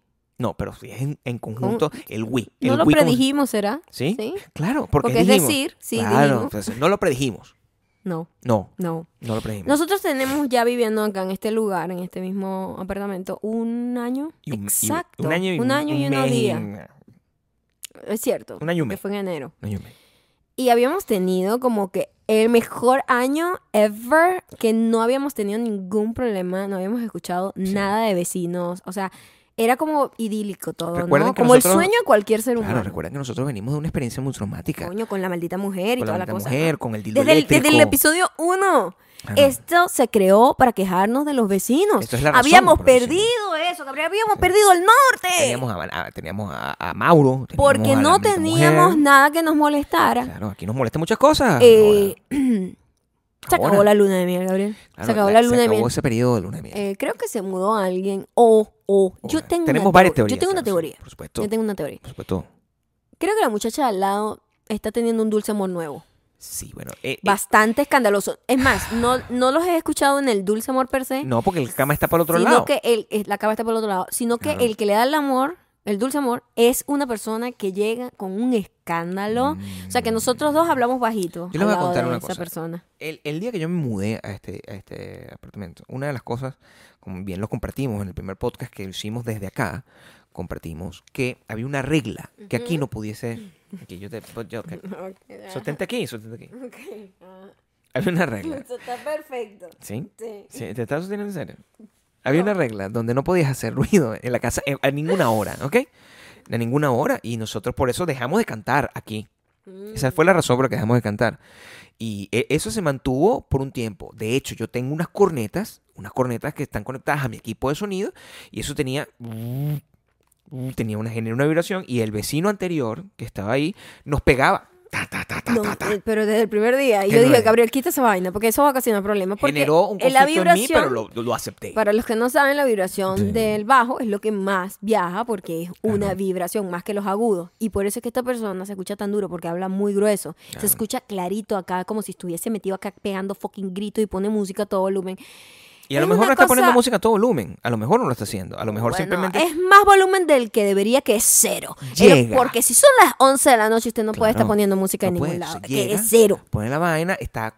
B: pero si es en, en conjunto, el Wii.
A: No lo predijimos, ¿será?
B: ¿Sí?
A: Sí.
B: Claro, porque,
A: Porque, es
B: dijimos.
A: decir, sí,
B: Claro,
A: dijimos.
B: entonces, no lo predijimos.
A: No,
B: No,
A: no.
B: no lo predijimos.
A: Nosotros tenemos ya viviendo acá en este lugar, en este mismo apartamento, un año
B: Y un- y un-
A: exacto.
B: un año y,
A: un año
B: un
A: y unos
B: mes
A: días.
B: un
A: Es cierto.
B: Un año y un
A: que
B: mes.
A: fue en enero.
B: año y un mes.
A: Y habíamos tenido como que el mejor año ever, que no habíamos tenido ningún problema, no habíamos escuchado
B: Sí.
A: nada de vecinos. O sea, era como idílico todo,
B: Recuerden
A: ¿no?
B: que
A: Como
B: nosotros-
A: el sueño de cualquier ser humano.
B: Claro, recuerda que nosotros venimos de una experiencia muy traumática.
A: Coño, con la maldita mujer y
B: con la
A: toda la cosa.
B: maldita mujer, con el dildo
A: Desde el, desde el
B: eléctrico.
A: episodio 1.
B: Ah, no.
A: Esto se creó para quejarnos de los vecinos.
B: Esto es la razón
A: habíamos
B: por la que hicimos.
A: perdido eso, que habíamos perdido el norte.
B: Teníamos a, a- teníamos a, a Mauro. teníamos a
A: porque
B: la
A: no
B: maldita
A: teníamos
B: mujer.
A: nada que nos molestara.
B: Claro, aquí nos molestan muchas cosas.
A: Eh, se
B: Ahora.
A: acabó la luna de miel, Gabriel.
B: Ahora,
A: se
B: claro,
A: acabó la, luna de
B: acabó
A: miel.
B: ese periodo de luna de miel.
A: Eh, creo que se mudó alguien. O, o. Yo
B: Ahora,
A: tengo una
B: Tenemos varias
A: teo-
B: teorías.
A: Yo tengo una
B: ¿sabes?
A: teoría.
B: Por supuesto.
A: Yo tengo una teoría.
B: Por supuesto.
A: Creo que la muchacha de al lado está teniendo un dulce amor nuevo.
B: Sí, bueno. eh, eh,
A: Bastante escandaloso. Es más, no, no los he escuchado en el dulce amor per se.
B: no, porque el cama está por otro
A: sino
B: lado.
A: que el, es- la cama está por el otro lado, sino que
B: Claro.
A: el que le da el amor, el dulce amor, es una persona que llega con un escándalo. O sea, que nosotros dos hablamos bajito.
B: Mm. Yo les voy a
A: al lado
B: contar
A: de
B: una
A: esa
B: cosa.
A: persona.
B: El, el día que yo me mudé a este, a este apartamento, una de las cosas, como bien lo compartimos en el primer podcast que hicimos desde acá, compartimos que había una regla que aquí no pudiese. Aquí yo te. pues, yo- ok. Sostente aquí, sostente aquí. Había una regla.
A: está perfecto.
B: ¿Sí? Sí, ¿Te estás sosteniendo en serio? Había una regla donde no podías hacer ruido en la casa en- a ninguna hora, ¿ok? A ninguna hora. Y nosotros por eso dejamos de cantar aquí. Esa fue la
A: Mm.
B: razón por la que dejamos de cantar. Y e- eso se mantuvo por un tiempo. De hecho, yo tengo unas cornetas, unas cornetas que están conectadas a mi equipo de sonido. Y eso tenía... uh, Tenía una, genera una vibración. Y el vecino anterior que estaba ahí nos pegaba. Ta, ta, ta, ta,
A: No,
B: ta, ta.
A: eh, pero desde el primer día. Y
B: Qué
A: yo dije,
B: nueve.
A: Gabriel, quita esa vaina, porque eso va a ocasionar problemas. Porque
B: Generó un
A: en
B: conflicto
A: la
B: en mí,
A: vibración,
B: pero lo, lo acepté.
A: para los que no saben, la vibración
B: Sí.
A: del bajo es lo que más viaja, porque es una
B: Claro.
A: vibración más que los agudos. Y por eso es que esta persona se escucha tan duro, porque habla muy grueso. Se escucha clarito acá, como si estuviese metido acá pegando fucking grito y pone música a todo volumen.
B: Y a lo
A: Es
B: mejor
A: una
B: no está poniendo
A: cosa-
B: música a todo volumen. A lo mejor no lo está haciendo. A lo mejor
A: Bueno,
B: simplemente.
A: Es más volumen del que debería, que es cero.
B: Llega.
A: Eh, Porque si son las 11 de la noche, usted no puede estar
B: Claro,
A: poniendo música en
B: no
A: ningún
B: puede,
A: lado.
B: se
A: Que
B: llega.
A: es cero.
B: Pone la vaina, está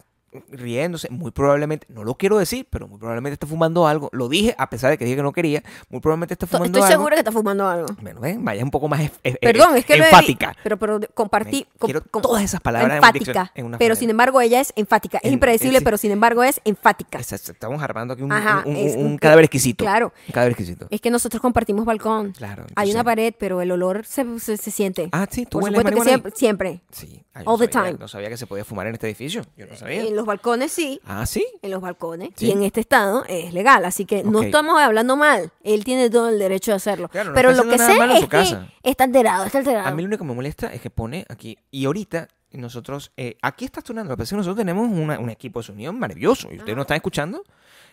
B: riéndose. Muy probablemente, no lo quiero decir, pero muy probablemente está fumando algo. Lo dije a pesar de que dije que no quería. Muy probablemente está
A: Estoy
B: fumando
A: seguro
B: algo.
A: segura que está fumando algo.
B: Bueno, ven, vaya un poco más ef- ef-
A: Perdón, es que lo he-
B: enfática.
A: pero, pero compartí.
B: Me-
A: com-
B: quiero
A: com-
B: todas esas palabras en un
A: Enfática.
B: diccion- en una
A: pero
B: frase.
A: sin embargo, ella es enfática. Es
B: En-
A: impredecible,
B: sí.
A: pero sin embargo, es enfática. Es,
B: Esa- Estamos armando aquí un,
A: Ajá,
B: un- un-
A: es
B: un
A: un-
B: cadáver exquisito.
A: claro.
B: Un cadáver exquisito.
A: que nosotros compartimos balcón.
B: Claro,
A: Hay
B: yo
A: una
B: sé.
A: pared, pero el olor se, se- se siente.
B: Ah, sí, tú
A: Por
B: hueles
A: supuesto que
B: marihuana
A: siempre. siempre.
B: ahí. Sí. Ah, yo
A: All
B: no
A: the
B: sabía-
A: time.
B: No sabía que se podía fumar en este edificio. Yo no sabía.
A: En los balcones sí.
B: Ah, sí.
A: En los balcones.
B: Sí.
A: Y en este estado es legal. Así que no
B: Ok.
A: estamos hablando mal. Él tiene todo el derecho de hacerlo.
B: Claro, no
A: pero
B: está
A: lo que
B: haciendo
A: sé
B: nada malo en
A: es
B: su
A: que
B: casa.
A: está alterado, está alterado.
B: A mí lo único que me molesta es que pone aquí. Y ahorita nosotros. eh, aquí está sonando. Lo que pasa es que nosotros tenemos una- un equipo de sonido maravilloso. Y ustedes no están escuchando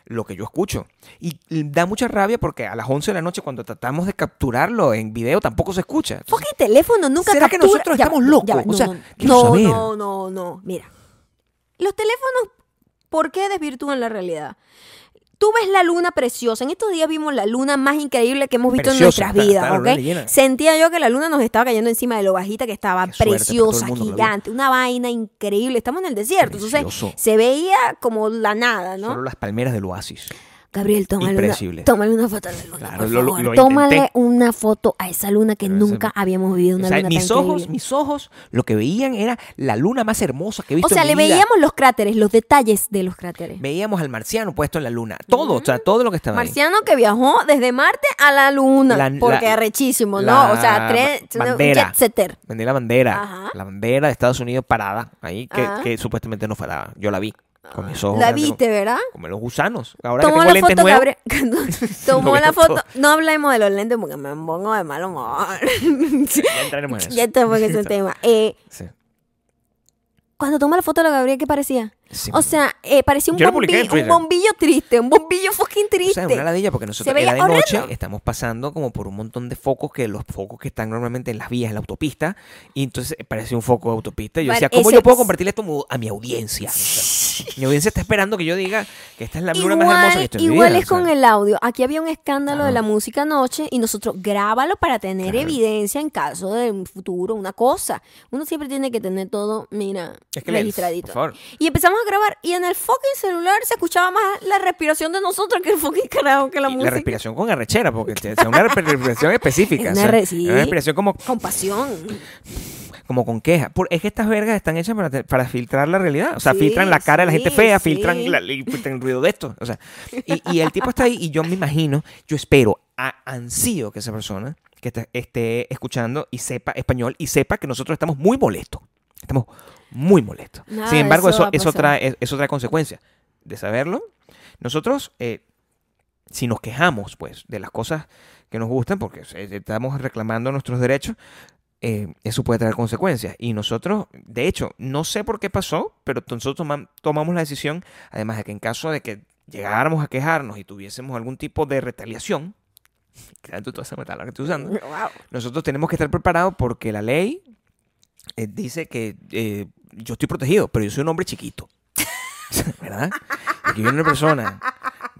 B: lo que yo escucho. Y da mucha rabia porque a las 11 de la noche, cuando tratamos de capturarlo en video, tampoco se escucha. Entonces,
A: Fucking teléfono nunca
B: ¿Será que
A: captura.
B: nosotros estamos
A: va,
B: locos?
A: va,
B: O sea,
A: no,
B: quiero
A: no,
B: saber.
A: no, no, no. Mira, los teléfonos, ¿por qué desvirtúan la realidad? Tú ves la luna preciosa. En estos días vimos la luna más increíble que hemos visto
B: Preciosa,
A: en nuestras
B: está-
A: vidas,
B: está la luna
A: ¿ok?
B: llena.
A: Sentía yo que la luna nos estaba cayendo encima de lo bajita que estaba.
B: Qué suerte para todo el
A: preciosa,
B: mundo, la luna.
A: gigante. Una vaina increíble. Estamos en el desierto.
B: Precioso.
A: Entonces, se veía como la nada, ¿no?
B: Solo las palmeras del oasis.
A: Gabriel, tómale
B: Impredecible.
A: una, tómale una foto a la luna,
B: Claro,
A: por
B: lo- lo-
A: favor.
B: lo intenté.
A: tómale una foto a esa luna que
B: Pero ese-
A: nunca habíamos vivido una
B: O sea,
A: luna
B: mis
A: tan
B: ojos,
A: increíble.
B: mis ojos, lo que veían era la luna más hermosa que he visto
A: O sea,
B: en
A: le
B: mi vida.
A: veíamos los cráteres, los detalles de los cráteres.
B: Veíamos al marciano puesto en la luna. Todo, o
A: Mm.
B: sea, todo lo que estaba ahí.
A: Marciano que viajó desde Marte a la Luna,
B: La-
A: porque
B: la-
A: arrechísimo,
B: la
A: ¿no? O sea, tres, un
B: bandera.
A: jet setter.
B: Vendí la bandera,
A: Ajá.
B: la bandera de Estados Unidos parada, ahí que,
A: Ajá.
B: que supuestamente no paraba. Yo la vi con mis ojos.
A: La
B: grandes,
A: viste, ¿verdad?
B: Como, como los gusanos. Ahora que
A: Tomó
B: tengo
A: la
B: lentes
A: foto,
B: nuevos,
A: Gabriel.
B: Lo
A: Tomó
B: veo
A: la foto.
B: todo.
A: No hablemos de los lentes porque me pongo de mal humor.
B: ya entraremos en eso.
A: ya estamos en ese tema. Eh,
B: Sí.
A: cuando tomó la foto de la Gabriel, ¿qué parecía?
B: Sí.
A: O sea, eh, parecía un,
B: Yo lo
A: bombi-
B: publiqué en
A: un
B: Twitter.
A: bombillo triste, un bombillo fucking
B: O
A: triste.
B: sea, una ladilla porque nosotros
A: veía
B: era de noche,
A: horrendo.
B: estamos pasando como por un montón de focos que los focos que están normalmente en las vías, en la autopista, y entonces eh, parecía un foco de autopista. Y yo
A: Vale,
B: decía, ¿cómo
A: ese-
B: yo puedo compartirle esto mu- a mi audiencia? O sea, mi audiencia está esperando que yo diga que esta es la luna
A: Igual,
B: más hermosa que estoy en mi
A: igual
B: vida,
A: es
B: o sea.
A: con el audio. Aquí había un escándalo de
B: Claro.
A: la música anoche y nosotros grábalo para tener
B: Claro.
A: evidencia en caso de un futuro, una cosa. Uno siempre tiene que tener todo, mira,
B: Es que, Lens,
A: registradito.
B: por favor.
A: Y empezamos a grabar y en el fucking celular se escuchaba más la respiración de nosotros que el fucking carajo que la
B: Y
A: música.
B: respiración con arrechera, porque te- o sea, una re- respiración específica.
A: Es
B: o
A: una
B: sea,
A: re- sí.
B: una respiración como,
A: Con pasión.
B: como con queja. Por- es que estas vergas están hechas para, te- para filtrar la realidad. O sea,
A: Sí,
B: filtran la cara de la gente
A: sí,
B: fea,
A: sí.
B: filtran, la- y filtran el ruido de esto. O sea, y, y el tipo está ahí y yo me imagino, yo espero a- ansío que esa persona que está- esté escuchando y sepa español y sepa que nosotros estamos muy molestos. Estamos muy molestos.
A: Nada
B: Sin
A: de
B: embargo,
A: eso
B: eso,
A: va a
B: eso,
A: pasar.
B: trae, es- eso trae consecuencias de saberlo. Nosotros, eh, si nos quejamos, pues, de las cosas que nos gustan, porque eh, estamos reclamando nuestros derechos, eh, eso puede traer consecuencias. Y nosotros, de hecho, no sé por qué pasó, pero nosotros toma- tomamos la decisión, además de que en caso de que llegáramos a quejarnos y tuviésemos algún tipo de retaliación, que tanto toda esa palabra que estoy usando,
A: Wow.
B: nosotros tenemos que estar preparados porque la ley eh, dice que eh, yo estoy protegido, pero yo soy un hombre chiquito. ¿Verdad? Porque yo soy una persona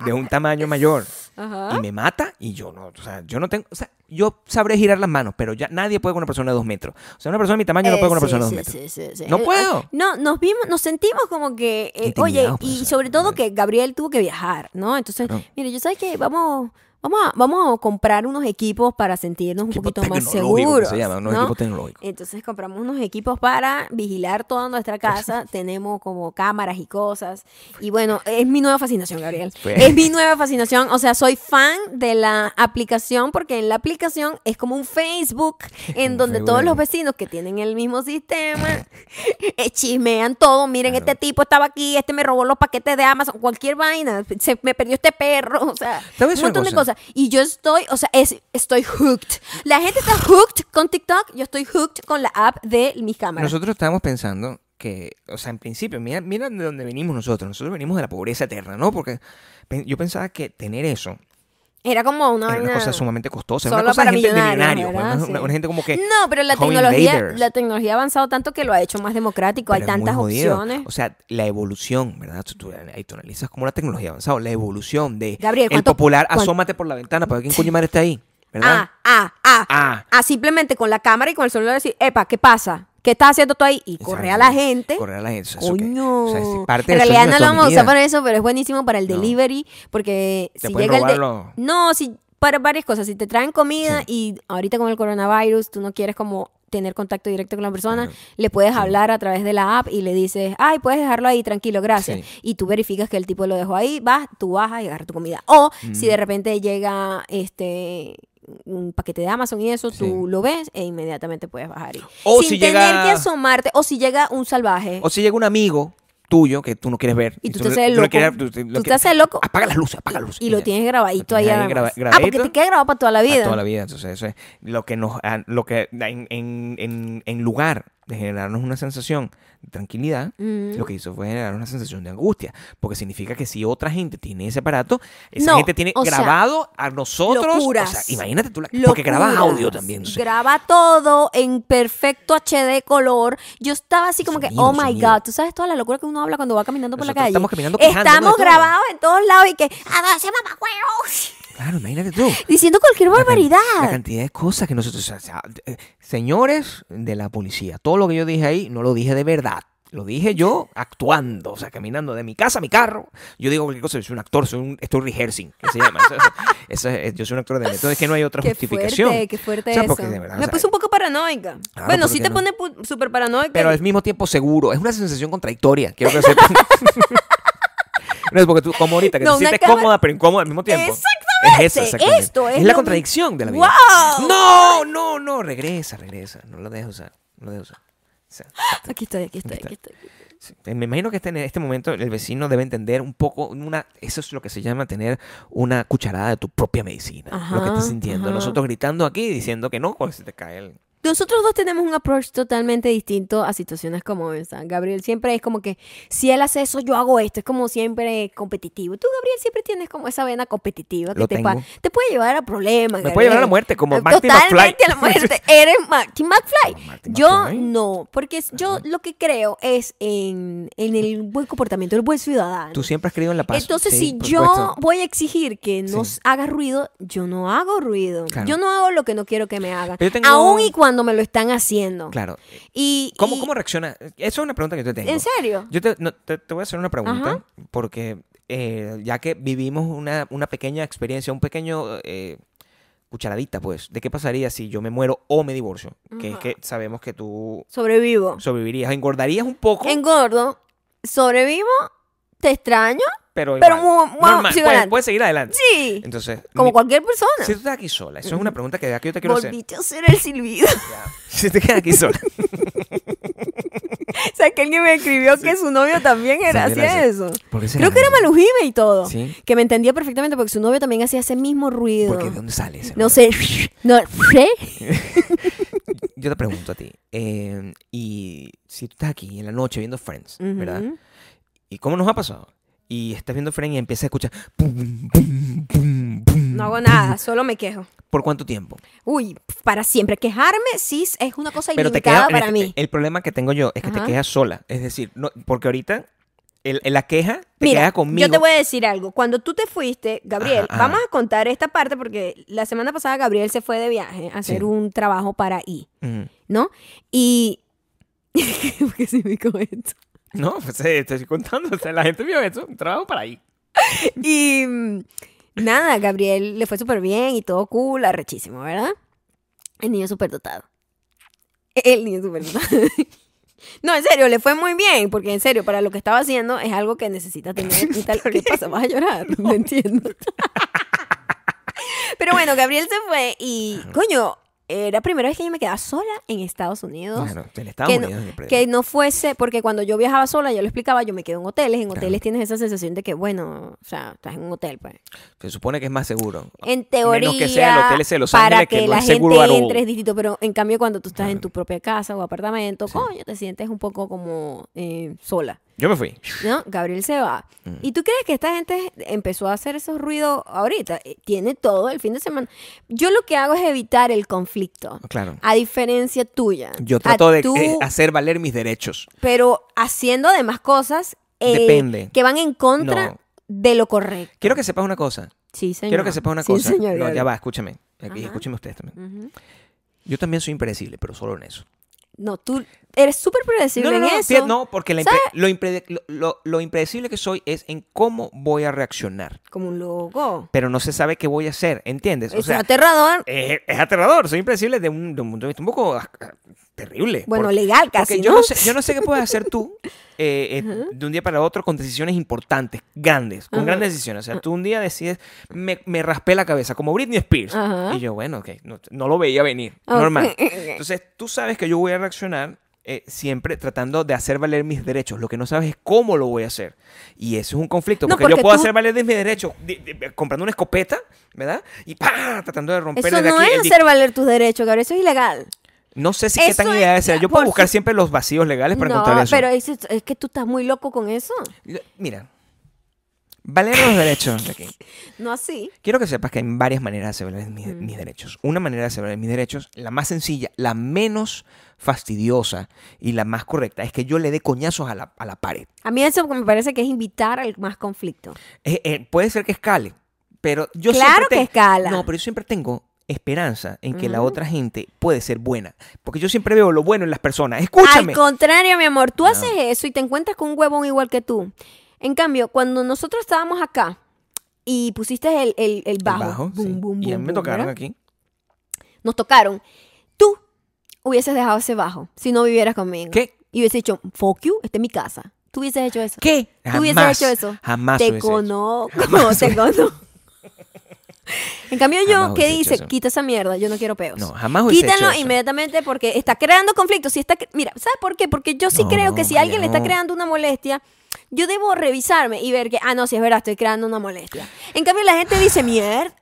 B: de un tamaño mayor
A: Ajá.
B: y me mata y yo no, o sea, yo no tengo, o sea, yo sabré girar las manos, pero ya nadie puede con una persona de dos metros. O sea, una persona de mi tamaño no
A: Eh,
B: puede con una
A: sí,
B: persona de
A: sí,
B: dos metros.
A: sí, sí, sí.
B: No
A: Eh,
B: puedo.
A: eh, No, nos vimos, nos sentimos como que, eh, oye,
B: Intimidados,
A: y
B: pues,
A: sobre todo
B: exactamente.
A: que Gabriel tuvo que viajar, ¿no? Entonces,
B: Claro.
A: mire, yo sabes que vamos, vamos a, vamos a comprar unos equipos para sentirnos un
B: Equipo
A: poquito más
B: tecnológico que
A: seguros.
B: Se llama, no,
A: ¿no?
B: equipo tecnológico.
A: Entonces compramos unos equipos para vigilar toda nuestra casa. Tenemos como cámaras y cosas. Y bueno, es mi nueva fascinación, Gabriel.
B: Pues.
A: Es mi nueva fascinación. O sea, soy fan de la aplicación porque en la aplicación es como un Facebook en
B: Un
A: donde
B: Facebook
A: todos
B: de-
A: los vecinos que tienen el mismo sistema eh, chismean todo. Miren,
B: Claro.
A: este tipo estaba aquí, este me robó los paquetes de Amazon, cualquier vaina. Se me perdió este perro. O sea,
B: Te voy a
A: un
B: decir una
A: montón de
B: cosa.
A: cosas. Y yo estoy, o sea, es, estoy hooked. La gente está hooked con TikTok. Yo estoy hooked con la app de mis cámaras.
B: Nosotros estábamos pensando que, o sea, en principio, mira, mira de dónde venimos nosotros. Nosotros venimos de la pobreza eterna, ¿no? Porque pen- yo pensaba que tener eso
A: Era como una
B: era una
A: vaina-
B: cosa sumamente costosa. Era
A: Solo
B: una cosa de
A: para
B: gente de
A: millonarios,
B: millonarios. pues,
A: ¿verdad?
B: una- una,
A: Sí.
B: una gente como que.
A: No, pero la
B: home
A: tecnología,
B: invaders.
A: la tecnología ha avanzado tanto que lo ha hecho más democrático. Hay
B: pero es muy
A: tantas
B: jodido.
A: opciones.
B: O sea, la evolución, ¿verdad? Tú, tú- ahí tú analizas como la tecnología ha avanzado. La evolución de.
A: Gabriel,
B: el
A: ¿cuánto-
B: popular,
A: cuán-
B: asómate por la ventana para ver quién coño madre está ahí, ¿verdad?
A: Ah, ah, ah,
B: Ah.
A: Ah, simplemente con la cámara y con el celular decir, epa, ¿qué pasa? ¿Qué estás haciendo tú ahí? Y corre a la
B: Exacto.
A: gente.
B: Correr a la gente. O sea, eso que-
A: Coño.
B: o sea, es parte
A: en
B: del
A: realidad
B: sueño
A: no
B: de
A: lo
B: toda mi
A: vamos a usar
B: vida.
A: para eso, pero es buenísimo para el
B: No.
A: delivery. Porque
B: Te
A: si
B: pueden
A: llega el. de-
B: robarlo.
A: No, si, para varias cosas. Si te traen comida
B: Sí.
A: y ahorita con el coronavirus tú no quieres como tener contacto directo con la persona,
B: Claro.
A: le puedes
B: Sí.
A: hablar a través de la app y le dices, ay, puedes dejarlo ahí, tranquilo, gracias.
B: Sí.
A: Y tú verificas que el tipo lo dejó ahí, vas, tú bajas y agarras tu comida. O si
B: Mm.
A: de repente llega este un paquete de Amazon y eso,
B: Sí.
A: tú lo ves e inmediatamente puedes bajar. Y,
B: O
A: sin
B: si
A: tener
B: llega-
A: que asomarte, o si llega un salvaje.
B: O si llega un amigo tuyo que tú no quieres ver.
A: Y tú te
B: no-
A: haces el
B: no
A: loco.
B: quieres- tú-
A: Tú
B: lo
A: te
B: quieres-
A: haces el loco.
B: Apaga las luces, apaga las luces.
A: Y lo
B: ya.
A: tienes grabadito
B: Lo
A: ahí.
B: tienes ahí
A: además. ah,
B: gra-
A: porque te
B: grabadito.
A: queda grabado para toda la
B: Para
A: vida.
B: toda la vida. Entonces, eso es lo que nos. ha- Lo que, en, en- en- en lugar de generarnos una sensación de tranquilidad,
A: Mm.
B: lo que hizo fue generar una sensación de angustia. Porque significa que si otra gente tiene ese aparato, esa
A: No,
B: gente tiene
A: o sea,
B: grabado a nosotros.
A: locuras.
B: o sea, imagínate tú. la- porque grabas
A: Locuras.
B: audio también. entonces,
A: Graba todo en perfecto HD color. Yo estaba así como que,
B: Sonido,
A: oh my
B: sonido.
A: God. Tú sabes toda la locura que uno habla cuando va caminando por la
B: Nosotros
A: calle.
B: estamos caminando quejándonos de
A: Estamos
B: todo.
A: grabados en todos lados y que, "Ah, avance mamagüevo.
B: claro, imagínate tú.
A: Diciendo cualquier
B: la can-
A: barbaridad.
B: La cantidad de cosas que nosotros. o sea, eh, señores de la policía, todo lo que yo dije ahí no lo dije de verdad. Lo dije yo actuando, o sea, caminando de mi casa a mi carro. Yo digo cualquier cosa, yo soy un actor, soy un, estoy rehearsing, que se llama. Eso- eso es- yo soy un actor de Entonces es que no hay otra
A: Qué
B: justificación.
A: fuerte, qué fuerte
B: O sea,
A: eso.
B: porque de verdad,
A: Me
B: o sea,
A: puso un poco paranoica.
B: Claro,
A: bueno, sí
B: porque
A: te
B: no.
A: pone pu- súper paranoica.
B: pero al mismo tiempo seguro. Es una sensación contradictoria, quiero que sepan. no es porque tú, como ahorita, que
A: No,
B: te
A: una
B: sientes
A: cámara-
B: cómoda, pero incómoda al mismo tiempo.
A: Exactamente.
B: Es eso, exactamente.
A: Esto es
B: la
A: lo
B: contradicción de la vida.
A: ¡Guau!
B: No, no, no. Regresa, regresa. No lo dejes usar. No lo dejes usar. O sea,
A: Aquí estoy, aquí estoy,
B: Aquí
A: aquí estoy.
B: sí. Me imagino que este- en este momento el vecino debe entender un poco, una, eso es lo que se llama tener una cucharada de tu propia medicina, lo que
A: Ajá,
B: estás sintiendo.
A: ajá.
B: Nosotros gritando aquí diciendo que no, pues se te cae el...
A: Nosotros dos tenemos un approach totalmente distinto a situaciones como esa. Gabriel siempre es como que si él hace eso, yo hago esto. Es como siempre competitivo. Tú, Gabriel, siempre tienes como esa vena competitiva que
B: Lo
A: te,
B: tengo.
A: pa- te puede llevar a problemas.
B: Me puede llevar a la muerte, como Marty McFly.
A: Eh, Totalmente a la muerte. Eres Marty McFly.
B: Como Marty
A: Yo
B: McFly.
A: no, porque es- yo lo que creo es en, en el buen comportamiento, el buen ciudadano.
B: Tú siempre has creído en la paz.
A: Entonces,
B: Sí,
A: si
B: por
A: yo
B: supuesto.
A: voy a exigir que no
B: Sí.
A: s- haga ruido, yo no hago ruido.
B: Claro.
A: Yo no hago lo que no quiero que me hagan.
B: Pero yo tengo-
A: Aún y cuando me lo están haciendo.
B: Claro.
A: Y,
B: ¿Cómo,
A: y-
B: cómo reacciona? Esa es una pregunta que yo te tengo.
A: ¿En serio?
B: Yo te, no, te- te voy a hacer una pregunta,
A: Ajá.
B: porque eh, ya que vivimos una, una pequeña experiencia, un pequeño eh, cucharadita, pues, de qué pasaría si yo me muero o me divorcio, que es
A: Ajá.
B: que sabemos que tú
A: Sobrevivo.
B: sobrevivirías, engordarías un poco.
A: Engordo. Sobrevivo. Te extraño.
B: pero
A: Pero
B: igual.
A: mu- mu-
B: Normal,
A: sigo
B: puedes,
A: adelante.
B: puedes seguir adelante.
A: Sí.
B: Entonces,
A: como
B: mi-
A: cualquier persona.
B: si tú estás aquí sola, eso es una pregunta que de aquí yo te quiero hacer.
A: Volviste a hacer el silbido.
B: Si te quedas aquí sola.
A: o sea, que alguien me escribió que su novio también era
B: Sí,
A: hacía
B: gracias.
A: eso.
B: ¿Por qué será?
A: Creo que era Malujime y todo.
B: Sí.
A: Que me entendía perfectamente porque su novio también hacía ese mismo ruido.
B: Porque ¿de dónde sale ese
A: No sé. No sé.
B: Yo te pregunto a ti. eh, y si tú estás aquí en la noche viendo Friends, ¿verdad?
A: Ujú.
B: ¿Y cómo nos ha pasado? Y estás viendo Friends y empiezas a escuchar. pum, pum, pum, pum,
A: No
B: pum.
A: hago nada, solo me quejo.
B: ¿Por cuánto tiempo?
A: Uy, para siempre quejarme, sí, es una cosa
B: Pero te
A: ilimitada
B: quedas.
A: para
B: el,
A: mí.
B: el problema que tengo yo es que
A: Ajá.
B: te quedas sola. Es decir, no, porque ahorita el- el- la queja te
A: Mira,
B: queda conmigo.
A: yo te voy a decir algo. Cuando tú te fuiste, Gabriel,
B: Ajá, ajá.
A: vamos a contar esta parte porque la semana pasada Gabriel se fue de viaje a hacer
B: Sí.
A: un trabajo para I,
B: Ujú.
A: ¿no? Y... ¿Por qué se me comento?
B: No, pues eh, te estoy contando. o sea, la gente vio eso. Un trabajo para ahí.
A: Y mm, nada, Gabriel le fue súper bien y todo cool, arrechísimo, ¿verdad? El niño súper dotado. El niño súper dotado. No, en serio, le fue muy bien, porque en serio, para lo que estaba haciendo es algo que necesita tener y tal. ¿Qué pasa? ¿Vas a llorar? No, entiendo. Pero bueno, Gabriel se fue y, coño, era la primera vez que yo me quedaba sola en Estados Unidos
B: Claro, en Estados
A: que,
B: Unidos.
A: no, que no fuese, porque cuando yo viajaba sola, yo lo explicaba, yo me quedo en hoteles, en
B: Claro.
A: hoteles tienes esa sensación de que, bueno, o sea, estás en un hotel, pues.
B: Se supone que es más seguro.
A: En teoría,
B: que sea el hotel ese de Los
A: para
B: Ángeles,
A: que,
B: que no
A: la
B: es seguro
A: gente
B: algo.
A: entre es distinto, pero en cambio cuando tú estás en
B: Claro.
A: tu propia casa o apartamento,
B: Sí.
A: coño, te sientes un poco como eh, sola,
B: Yo me fui.
A: ¿no? Gabriel se va.
B: Mm.
A: ¿Y tú crees que esta gente empezó a hacer esos ruidos ahorita? Eh, Tiene todo el fin de semana. Yo lo que hago es evitar el conflicto.
B: Claro.
A: A diferencia tuya.
B: Yo
A: A
B: trato de
A: tú-
B: eh, hacer valer mis derechos.
A: pero haciendo además cosas eh,
B: Depende.
A: que van en contra
B: No.
A: de lo correcto.
B: Quiero que sepas una cosa.
A: Sí, señor.
B: Quiero que sepas una
A: Sí,
B: cosa.
A: señor,
B: no, ya
A: Gabriel.
B: va, escúchame. Aquí,
A: Ajá.
B: escúchame ustedes también.
A: Ujú.
B: Yo también soy impredecible, pero solo en eso.
A: No, tú eres súper predecible
B: No, no, no,
A: en
B: no,
A: eso.
B: fíjate, no, porque la impre-
A: ¿Sabes?
B: lo, impre- lo- lo- lo impredecible que soy es en cómo voy a reaccionar.
A: Como un loco.
B: Pero no se sabe qué voy a hacer, ¿entiendes? O
A: es
B: sea, eh,
A: aterrador.
B: es, es aterrador. Soy impredecible de un, de un punto de vista un poco ah, ah, terrible.
A: Bueno,
B: Por-
A: legal casi,
B: porque yo
A: ¿no?
B: no sé, yo no sé qué puedes hacer tú eh, eh, de un día para otro con decisiones importantes, grandes, con
A: Ajá. Ah.
B: grandes decisiones. O sea, tú un día decides, me, me raspé la cabeza, como Britney Spears.
A: Ajá.
B: Y yo, bueno, ok, no, no lo veía venir,
A: Ok,
B: normal.
A: ok.
B: Entonces, tú sabes que yo voy a reaccionar eh, siempre tratando de hacer valer mis derechos. Lo que no sabes es cómo lo voy a hacer. Y eso es un conflicto,
A: No,
B: porque,
A: porque
B: yo puedo
A: tú-
B: hacer valer de mis derechos de- de- comprando una escopeta, ¿verdad? Y ¡pah! tratando de romper
A: Eso
B: desde
A: no
B: aquí
A: es
B: el dic-
A: hacer valer tus derechos, Gabriel. Eso es ilegal.
B: No sé si qué
A: Eso
B: tan
A: es-
B: ideal sea. Yo puedo
A: por
B: buscar
A: su-
B: siempre los vacíos legales para
A: no,
B: encontrar eso.
A: pero es, es que tú estás muy loco con eso.
B: Lo- Mira, valer los derechos. Aquí.
A: No así.
B: Quiero que sepas que hay varias maneras de valer mis,
A: Mm.
B: mis derechos. Una manera de hacer valer mis derechos, la más sencilla, la menos fastidiosa y la más correcta, es que yo le dé coñazos a la, a la pared.
A: A mí eso me parece que es invitar al más conflicto.
B: Eh, eh, puede ser que escale, pero yo
A: Claro
B: siempre
A: que
B: te-
A: escala. Mm.
B: No, pero yo siempre tengo esperanza en que la otra gente puede ser buena, porque yo siempre veo lo bueno en las personas. Escúchame.
A: Al contrario, mi amor, tú
B: No.
A: haces eso y te encuentras con un huevón igual que tú. En cambio, cuando nosotros estábamos acá y pusiste el, el- el
B: El
A: bajo,
B: sí.
A: bum, bum,
B: y a mí
A: bum,
B: me
A: bum,
B: tocaron
A: ¿verdad?
B: aquí.
A: nos tocaron, tú hubieses dejado ese bajo si no vivieras conmigo.
B: ¿Qué?
A: Y hubieses dicho, fuck you, esta es mi casa. Tú hubieses hecho eso.
B: ¿Qué?
A: Tú hubieses
B: Jamás,
A: hecho eso.
B: Jamás
A: Te
B: hubiese hecho.
A: conozco,
B: Jamás
A: te conozco. En cambio yo,
B: Jamás
A: ¿qué
B: hubiese hecho
A: dice?
B: eso.
A: Quita esa mierda, yo no quiero peos.
B: No, jamás hubiese
A: Quítalo
B: hecho eso.
A: inmediatamente porque está creando conflictos. Si está, cre- mira, ¿sabes por qué? Porque yo sí
B: No,
A: creo
B: no,
A: que si
B: Maya,
A: alguien le está
B: no.
A: creando una molestia, yo debo revisarme y ver que, ah, no, si es verdad, estoy creando una molestia. En cambio, la gente dice, mierda,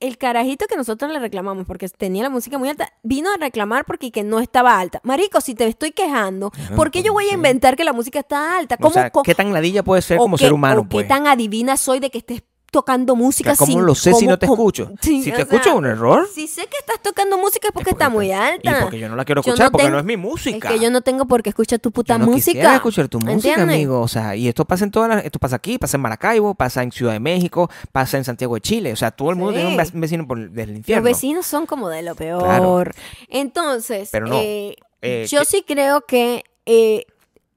A: el carajito que nosotros le reclamamos porque tenía la música muy alta, vino a reclamar porque que no estaba alta. Marico, si te estoy quejando,
B: Claro, pues,
A: ¿por qué yo voy a
B: sí.
A: inventar que la música está alta?
B: O
A: ¿Cómo,
B: sea,
A: co-
B: ¿qué tan ladilla puede ser
A: o
B: como
A: qué-
B: ser humano,
A: o
B: pues?
A: qué tan adivina soy de que estés tocando música
B: O sea, ¿cómo
A: sin-
B: lo sé si no te
A: cómo-
B: escucho?
A: sin-
B: Si
A: o sea,
B: te escucho, ¿un error?
A: Si sé que estás tocando música es porque
B: Es
A: está muy
B: está-
A: alta.
B: Y porque yo no la quiero
A: Yo no
B: escuchar, porque
A: tengo-
B: no es mi
A: Es
B: música.
A: que yo no tengo por qué escuchar tu puta
B: Yo no
A: música.
B: quisiera escuchar tu música,
A: ¿Entiendes?
B: amigo. O sea, y esto pasa en todas las... Esto pasa aquí, pasa en Maracaibo, pasa en Ciudad de México, pasa en Santiago de Chile. O sea, todo el mundo
A: Sí.
B: tiene un ve- vecino por, del
A: Los
B: infierno.
A: vecinos son como de lo peor.
B: Claro.
A: Entonces,
B: Pero no.
A: eh,
B: Eh,
A: yo
B: que-
A: sí creo que eh,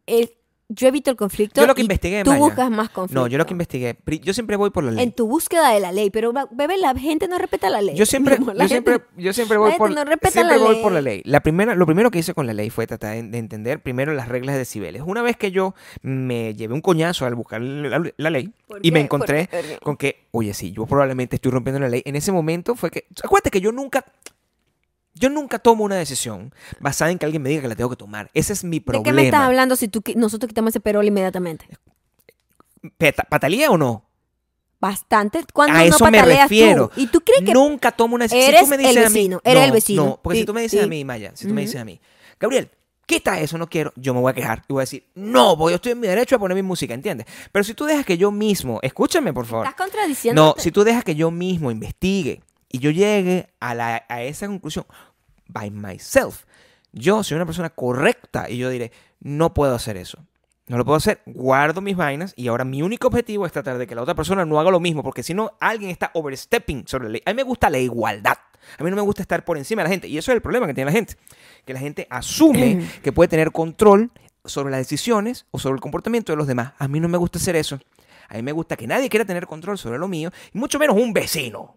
A: el- yo evito el conflicto.
B: Yo lo que
A: y
B: investigué,
A: Tú
B: Maya.
A: buscas más conflicto.
B: No, yo lo que investigué, pri- yo siempre voy por la ley.
A: En tu búsqueda de la ley, pero bebé, la gente no respeta la ley.
B: Yo siempre,
A: Mi amor, la
B: yo siempre,
A: gente-
B: yo siempre
A: la
B: voy
A: gente
B: por,
A: no respeta
B: siempre
A: la
B: voy
A: ley.
B: por la ley. La primera, lo primero que hice con la ley fue tratar de, de entender primero las reglas de decibeles. Una vez que yo me llevé un coñazo al buscar la, la ley
A: ¿Por qué?
B: y me
A: ¿Por
B: encontré
A: qué?
B: con que, oye, sí, yo probablemente estoy rompiendo la ley. En ese momento fue que, acuérdate que yo nunca, yo nunca tomo una decisión basada en que alguien me diga que la tengo que tomar. Ese es mi
A: ¿De
B: problema.
A: qué me estás hablando si tú, qui- nosotros quitamos ese perol inmediatamente?
B: Peta- ¿Patalía o no?
A: Bastante. Cuando
B: a
A: no
B: eso me
A: pataleas
B: refiero.
A: Tú? ¿Y tú crees que
B: nunca tomo una decisión?
A: eres
B: si tú me
A: el
B: dices
A: vecino,
B: a mí,
A: eres
B: no,
A: el vecino.
B: No, porque
A: Y-
B: si tú me dices
A: y-
B: a mí, Maya, si tú me
A: Ujú.
B: dices a mí, Gabriel, quita eso, no quiero, yo me voy a quejar y voy a decir, no, porque yo estoy en mi derecho a poner mi música, ¿entiendes? Pero si tú dejas que yo mismo, escúchame, por favor.
A: estás contradiciendo?
B: No, si tú dejas que yo mismo investigue y yo llegue a, la, a esa conclusión by myself, yo soy una persona correcta y yo diré, no puedo hacer eso. No lo puedo hacer, guardo mis vainas y ahora mi único objetivo es tratar de que la otra persona no haga lo mismo, porque si no, alguien está overstepping sobre la ley. A mí me gusta la igualdad. A mí no me gusta estar por encima de la gente. Y eso es el problema que tiene la gente. Que la gente asume que puede tener control sobre las decisiones o sobre el comportamiento de los demás. A mí no me gusta hacer eso. A mí me gusta que nadie quiera tener control sobre lo mío, y mucho menos un vecino.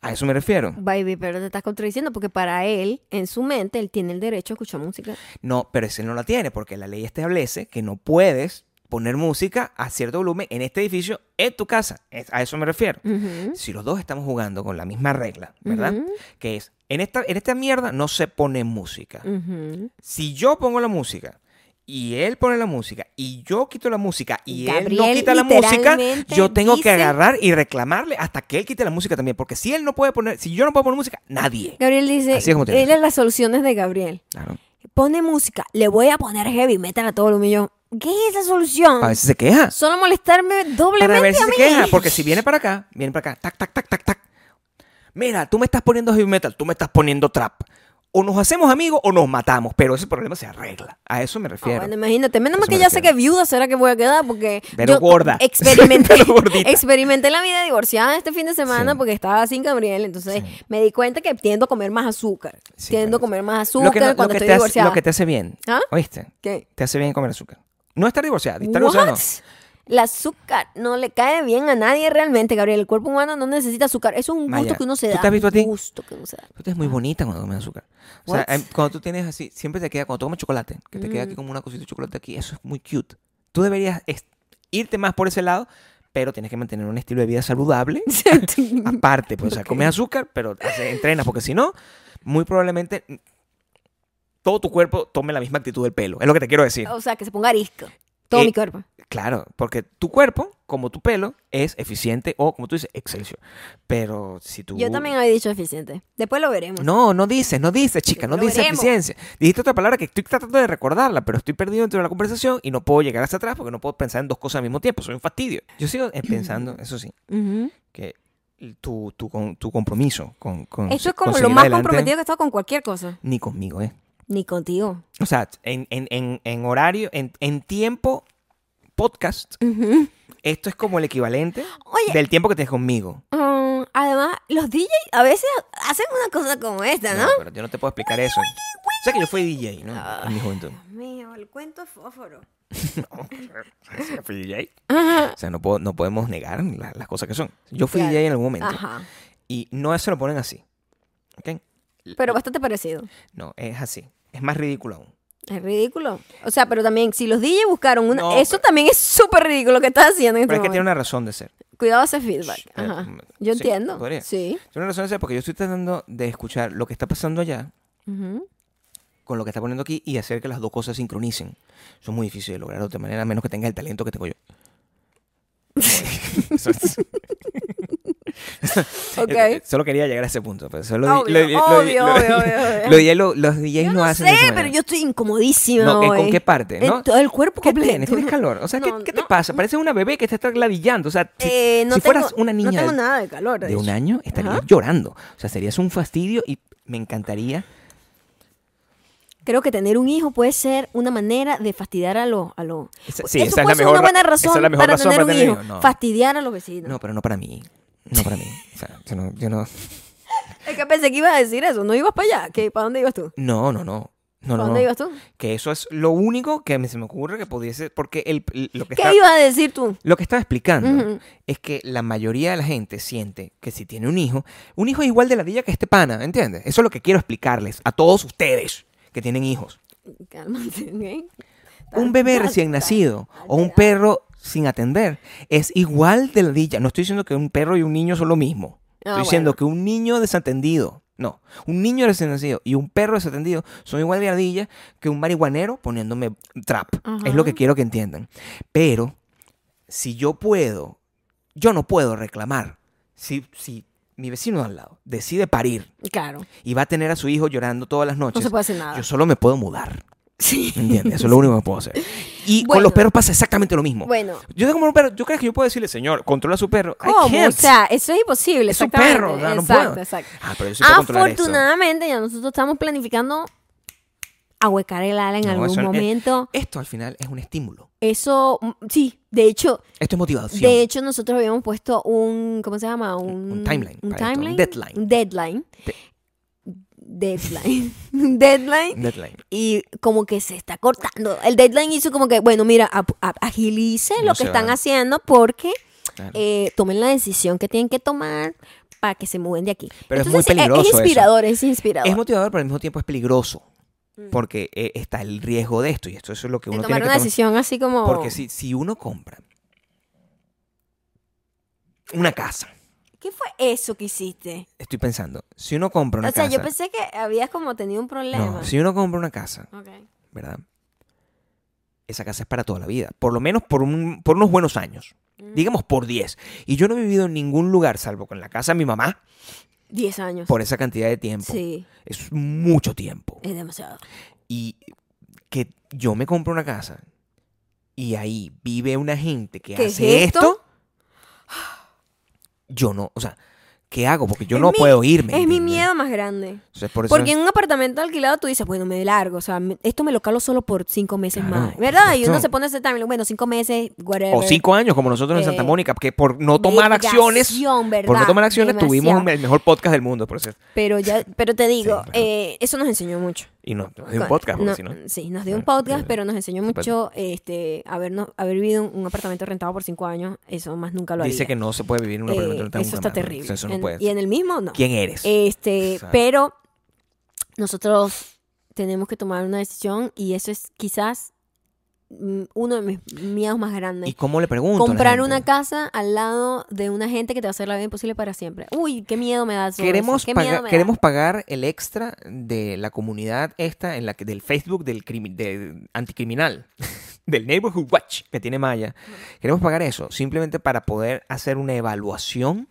B: A eso me refiero.
A: Baby, pero te estás contradiciendo porque para él, en su mente, él tiene el derecho a escuchar música.
B: No, pero ese no la tiene, porque la ley establece que no puedes poner música a cierto volumen en este edificio, en tu casa. Es- A eso me refiero.
A: Ujú.
B: Si los dos estamos jugando con la misma regla, ¿verdad?
A: Ujú.
B: Que es, en esta, en esta mierda no se pone música.
A: Ujú.
B: Si yo pongo la música y él pone la música y yo quito la música y él no
A: Gabriel
B: quita la música,
A: literalmente
B: yo tengo
A: dice-
B: que agarrar y reclamarle hasta que él quite la música también. Porque si él no puede poner, si yo no puedo poner música, nadie.
A: Gabriel dice,
B: Así es como te
A: él
B: digo.
A: es las soluciones de Gabriel.
B: Claro.
A: Pone música, le voy a poner heavy metal a todo lo mío. ¿Qué es la solución?
B: A veces se queja.
A: Solo molestarme doblemente
B: Para ver si
A: a
B: se
A: mí.
B: queja. Porque si viene para acá, viene para acá, tac, tac, tac, tac, tac. Mira, tú me estás poniendo heavy metal, tú me estás poniendo trap. O nos hacemos amigos o nos matamos, pero ese problema se arregla. A eso me
A: Ah,
B: refiero.
A: bueno, imagínate, menos mal
B: Eso
A: que
B: me
A: ya sé que
B: refiero.
A: viuda será que voy a quedar porque
B: Pero
A: yo
B: gorda.
A: experimenté,
B: Pero gordita.
A: experimenté la vida divorciada este fin de semana
B: Sí.
A: porque estaba sin Gabriel, entonces me di cuenta que tiendo a comer más azúcar,
B: Sí,
A: tiendo a
B: claro.
A: comer más
B: Lo
A: azúcar
B: que, no- lo
A: cuando
B: que
A: estoy
B: te hace,
A: divorciada.
B: lo que te hace bien.
A: ¿Ah?
B: ¿Oíste?
A: ¿Qué?
B: Te hace bien comer azúcar. No estar divorciada, estar divorciada
A: What?
B: no.
A: El azúcar no le cae bien a nadie realmente, Gabriel. El cuerpo humano no necesita azúcar. Eso es un gusto
B: Maya,
A: que uno se
B: ¿tú
A: da.
B: te has visto a ti?
A: Un gusto que uno se da.
B: Tú eres muy bonita cuando comes azúcar. O sea,
A: What? Mm.
B: em, cuando tú tienes así, siempre te queda, cuando tú comes chocolate, que te queda aquí como una cosita de chocolate aquí, eso es muy cute. Tú deberías es- irte más por ese lado, pero tienes que mantener un estilo de vida saludable. Aparte, pues, o sea, comes azúcar, pero hace- entrenas, porque si no, muy probablemente mm, todo tu cuerpo tome la misma actitud del pelo. Es lo que te quiero decir.
A: o sea, que se ponga arisco. Todo
B: Eh,
A: mi cuerpo.
B: Claro, porque tu cuerpo, como tu pelo, es eficiente o, como tú dices, excelsior. Pero si tú...
A: Yo también había dicho eficiente. Después lo veremos.
B: uh. No, no dices, no dices, chica, no
A: Lo
B: dices
A: veremos.
B: eficiencia. Dijiste otra palabra que estoy tratando de recordarla, pero estoy perdido dentro de la conversación y no puedo llegar hacia atrás porque no puedo pensar en dos cosas al mismo tiempo. Soy un fastidio. Yo sigo eh, pensando, eso sí,
A: Ujú.
B: que tu, tu, con- tu compromiso con, con
A: Esto es
B: Mm. con
A: como lo
B: seguir
A: más
B: adelante,
A: comprometido que he estado con cualquier cosa.
B: Ni conmigo, ¿eh?
A: Ni contigo.
B: O sea, en, en, en, en horario, en, en tiempo podcast,
A: Ujú.
B: esto es como el equivalente
A: Oye.
B: del tiempo que tienes conmigo.
A: Um, además, los DJ a veces hacen una cosa como esta, ¿Ah, ¿no? Ah.
B: No, pero yo no te puedo explicar eso. O sea que yo fui DJ, ¿no? En mi juventud.
A: Dios mío, el cuento fósforo.
B: Yo fui DJ. O sea, no, puedo- no podemos negar la- las cosas que son. Yo fui
A: Claro.
B: DJ en algún momento
A: Ajá.
B: y no se lo ponen así. ¿Ok?
A: Pero bastante parecido.
B: No, es así. Es más ridículo aún.
A: Es ridículo. O sea, pero también, si los DJ buscaron una.
B: No,
A: eso
B: pero-
A: también es súper ridículo lo que estás haciendo en
B: Pero es
A: este
B: que tiene
A: momento.
B: una razón de ser.
A: Cuidado ese feedback.
B: Shh, espérate
A: Ajá.
B: un momento.
A: Yo
B: Sí,
A: entiendo.
B: podría.
A: Sí.
B: Tiene una razón de ser porque yo estoy tratando de escuchar lo que está pasando allá
A: Ujú.
B: con lo que está poniendo aquí y hacer que las dos cosas sincronicen. Eso es muy difícil de lograr de otra manera, a menos que tengas el talento que tengo yo. Eso es-
A: Ok.
B: Eh, Solo quería llegar a ese punto. pero solo di-
A: Obvio,
B: lo di- lo di-
A: obvio,
B: lo di-
A: obvio, obvio,
B: lo di- lo- Los DJs
A: Yo
B: no
A: no
B: hacen
A: sé,
B: de esa manera.
A: pero yo estoy incomodísima.
B: No, ¿en-
A: hoy.
B: ¿con qué parte?
A: En
B: ¿No?
A: todo el cuerpo
B: ¿Qué
A: completo.
B: tienes? ¿Tienes calor? O sea, ¿qué,
A: No,
B: qué te
A: no.
B: pasa? Parece una bebé que te está ladillando. O sea, si,
A: Eh, no
B: si fueras
A: tengo-
B: una niña
A: No tengo
B: de,
A: nada de calor.
B: de un
A: hecho.
B: año, estarías
A: Ajá.
B: llorando. O sea, serías un fastidio y me encantaría.
A: Creo que tener un hijo puede ser una manera de fastidiar a los. A los-
B: Esa- sí,
A: Eso
B: esa
A: puede
B: es la
A: ser
B: mejor
A: una buena
B: ra- esa
A: razón
B: es la mejor
A: para
B: razón
A: tener
B: para
A: un
B: tener
A: hijo.
B: un hijo, no.
A: Fastidiar a los vecinos.
B: No, pero no para mí. No para mí. O sea, yo no, yo no.
A: Es que pensé que ibas a decir eso. No ibas para allá. ¿Qué? ¿Para dónde ibas tú?
B: No, no, no. No, no,
A: ¿Dónde
B: no.
A: ibas tú?
B: Que eso es lo único que me- se me ocurre que pudiese. Porque el, lo que
A: ¿Qué
B: está.
A: ibas a decir tú?
B: Lo que estaba explicando
A: Ujú.
B: es que la mayoría de la gente siente que si tiene un hijo, un hijo es igual de ladilla que este pana, ¿entiendes? Eso es lo que quiero explicarles a todos ustedes que tienen hijos.
A: Cálmate, ¿ok?
B: Un bebé
A: Estás-
B: recién
A: estás
B: nacido o un
A: alterado.
B: perro sin atender es igual de ladilla. No estoy diciendo que un perro y un niño son lo
A: Ah,
B: mismo. Estoy
A: bueno.
B: diciendo que un niño desatendido, no, un niño recién nacido y un perro desatendido son igual de ladilla que un marihuanero poniéndome trap.
A: Ajá.
B: Es lo que quiero que entiendan. Pero si yo puedo, yo no puedo reclamar. Si, si mi vecino de al lado decide parir
A: Claro,
B: y va a tener a su hijo llorando todas las
A: no
B: noches,
A: se puede hacer nada.
B: yo solo me puedo mudar.
A: Sí.
B: ¿Entiendes? Eso es lo único que puedo hacer. Y con
A: Bueno.
B: los perros pasa exactamente lo mismo.
A: Bueno,
B: Yo tengo un perro, ¿tú crees que yo puedo decirle, señor, controla a su perro? I
A: ¿cómo? O
B: can't.
A: sea, eso es imposible.
B: Es un
A: exactamente.
B: perro, o sea, no
A: exacto,
B: puedo.
A: exacto.
B: Ah, pero yo sí puedo controlar eso.
A: Afortunadamente, ya nosotros estamos planificando ahuecar el ala en
B: No, eh,
A: algún
B: eso es-
A: momento.
B: Esto al final es un estímulo.
A: Eso, mm, sí, de hecho,
B: Esto es motivación.
A: de hecho nosotros habíamos puesto un, ¿cómo se llama? Un,
B: un timeline
A: Un
B: para esto, un
A: timeline.
B: deadline.
A: Un deadline.
B: De-
A: Deadline. Un deadline.
B: Deadline.
A: Y como que se está cortando. El deadline hizo como que, bueno, mira, ap- ap- agilice
B: No
A: lo que
B: se
A: están
B: va.
A: haciendo porque
B: Claro.
A: eh, tomen la decisión que tienen que tomar para que se muden de aquí.
B: Pero es muy
A: Entonces,
B: peligroso eso.
A: inspirador, es inspirador.
B: Es motivador, pero al mismo tiempo es peligroso.
A: Mm.
B: Porque eh, está el riesgo de esto. Y esto eso es lo que
A: de
B: uno
A: tomar
B: tiene que
A: una
B: tomar.
A: decisión así como
B: Porque si, si uno compra una casa,
A: ¿qué fue eso que hiciste?
B: estoy pensando, si uno compra una
A: o sea,
B: casa.
A: yo pensé que habías como tenido un problema.
B: no, si uno compra una casa,
A: Ok.
B: ¿verdad? Esa casa es para toda la vida. Por lo menos por, un- por unos buenos años.
A: Mm.
B: Digamos por 10. Y yo no he vivido en ningún lugar, salvo con la casa de mi mamá,
A: Diez años.
B: por esa cantidad de tiempo.
A: Sí,
B: Es mucho tiempo.
A: es demasiado.
B: Y que yo me compro una casa y ahí vive una gente que
A: ¿Qué
B: hace
A: es esto?
B: esto? yo no, o sea, ¿qué hago? Porque yo
A: Es
B: no
A: mi-
B: puedo irme.
A: es mi
B: ¿entiendes?
A: miedo más grande.
B: O sea, por eso
A: Porque en un apartamento alquilado tú dices, bueno, me largo, o sea, me- esto me lo calo solo por cinco meses
B: Claro,
A: más,
B: por
A: ¿verdad? Y uno
B: supuesto.
A: se pone ese timeline, bueno, cinco meses, whatever.
B: o cinco años, como nosotros en Santa
A: Eh,
B: Mónica, que por no tomar acciones,
A: Vergación, ¿verdad?
B: por no tomar acciones
A: Demasiado.
B: tuvimos el mejor podcast del mundo, por cierto.
A: Pero, ya, pero te digo,
B: claro.
A: eh, eso nos enseñó mucho.
B: Y no, no es un
A: Con-
B: podcast, porque
A: no,
B: si no.
A: Sí, nos dio un
B: Claro,
A: podcast,
B: claro.
A: pero nos enseñó
B: Supuesto.
A: mucho este, habernos, haber vivido en un apartamento rentado por cinco años. Eso más nunca lo haría.
B: Dice que no se puede vivir en un
A: Eh,
B: apartamento rentado
A: Eso
B: nunca
A: está
B: más.
A: terrible.
B: O sea, eso no
A: En-
B: puede
A: Y
B: ser.
A: en el mismo, no.
B: ¿Quién eres?
A: Este,
B: Exacto.
A: pero nosotros tenemos que tomar una decisión y eso es quizás mm, uno de mis miedos más
B: ¿Y
A: grandes.
B: cómo le pregunto? a la
A: Comprar
B: gente?
A: una casa al lado de una gente que te va a hacer la vida imposible para siempre. Uy, qué miedo me da. todo eso,
B: Queremos,
A: qué
B: pagar-
A: miedo me da.
B: queremos pagar el extra de la comunidad esta en la que, del Facebook del, crimi- del anticriminal, del Neighborhood Watch que tiene Maya. Queremos pagar eso simplemente para poder hacer una evaluación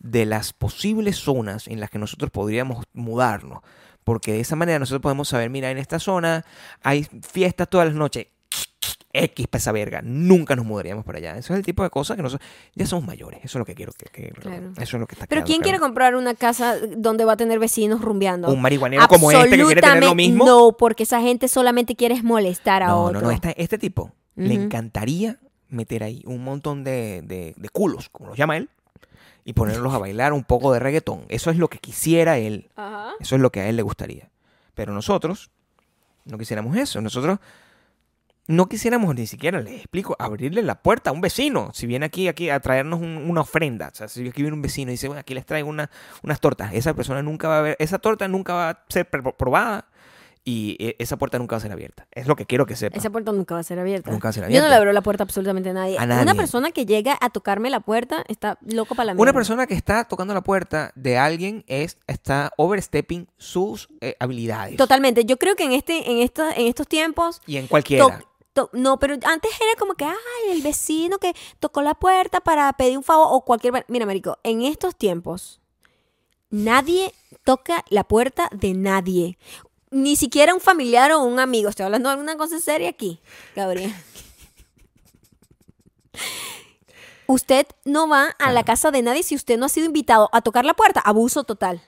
B: de las posibles zonas en las que nosotros podríamos mudarnos. Porque de esa manera nosotros podemos saber, mira, en esta zona hay fiestas todas las noches. X para esa verga. Nunca nos mudaríamos para allá. Eso es el tipo de cosas que nosotros... Ya somos mayores. Eso es lo que quiero que... que-
A: Claro.
B: Eso es lo que está
A: Pero
B: quedando
A: ¿quién
B: claro
A: quiere comprar una casa donde va a tener vecinos rumbeando?
B: un marihuanero como este que quiere tener lo
A: Absolutamente
B: mismo.
A: No, porque esa gente solamente quiere es molestar a
B: no,
A: otro.
B: no, no, esta- este tipo le
A: Ujú.
B: encantaría meter ahí un montón de, de- de culos, como los llama él, y ponerlos a bailar un poco de reggaetón. Eso es lo que quisiera él.
A: Ajá.
B: Eso es lo que a él le gustaría. Pero nosotros no quisiéramos eso. Nosotros no quisiéramos ni siquiera, les explico, abrirle la puerta a un vecino. Si viene aquí, aquí a traernos un- una ofrenda. O sea, si aquí viene un vecino y dice, bueno, aquí les traigo una- unas tortas. Esa persona nunca va a ver, esa torta nunca va a ser pr- probada y eh, esa puerta nunca va a ser abierta. Es lo que quiero que sepa.
A: Esa puerta nunca va a ser abierta.
B: Nunca va a ser
A: Yo no
B: abierta.
A: le abro la puerta absolutamente a nadie.
B: A nadie.
A: Una persona que llega a tocarme la puerta está loco para la mierda.
B: Una persona que está tocando la puerta de alguien es, está overstepping sus eh, habilidades.
A: Totalmente. Yo creo que en este, en esta, en estos tiempos.
B: Y en cualquiera.
A: to- to- no, pero antes era como que, ay, el vecino que tocó la puerta para pedir un favor o cualquier. Mira, Marico, en estos tiempos, nadie toca la puerta de nadie. Ni siquiera un familiar o un amigo. Estoy hablando de alguna cosa seria aquí, Gabriel. Usted no va a la casa de nadie si usted no ha sido invitado a tocar la puerta. Abuso total.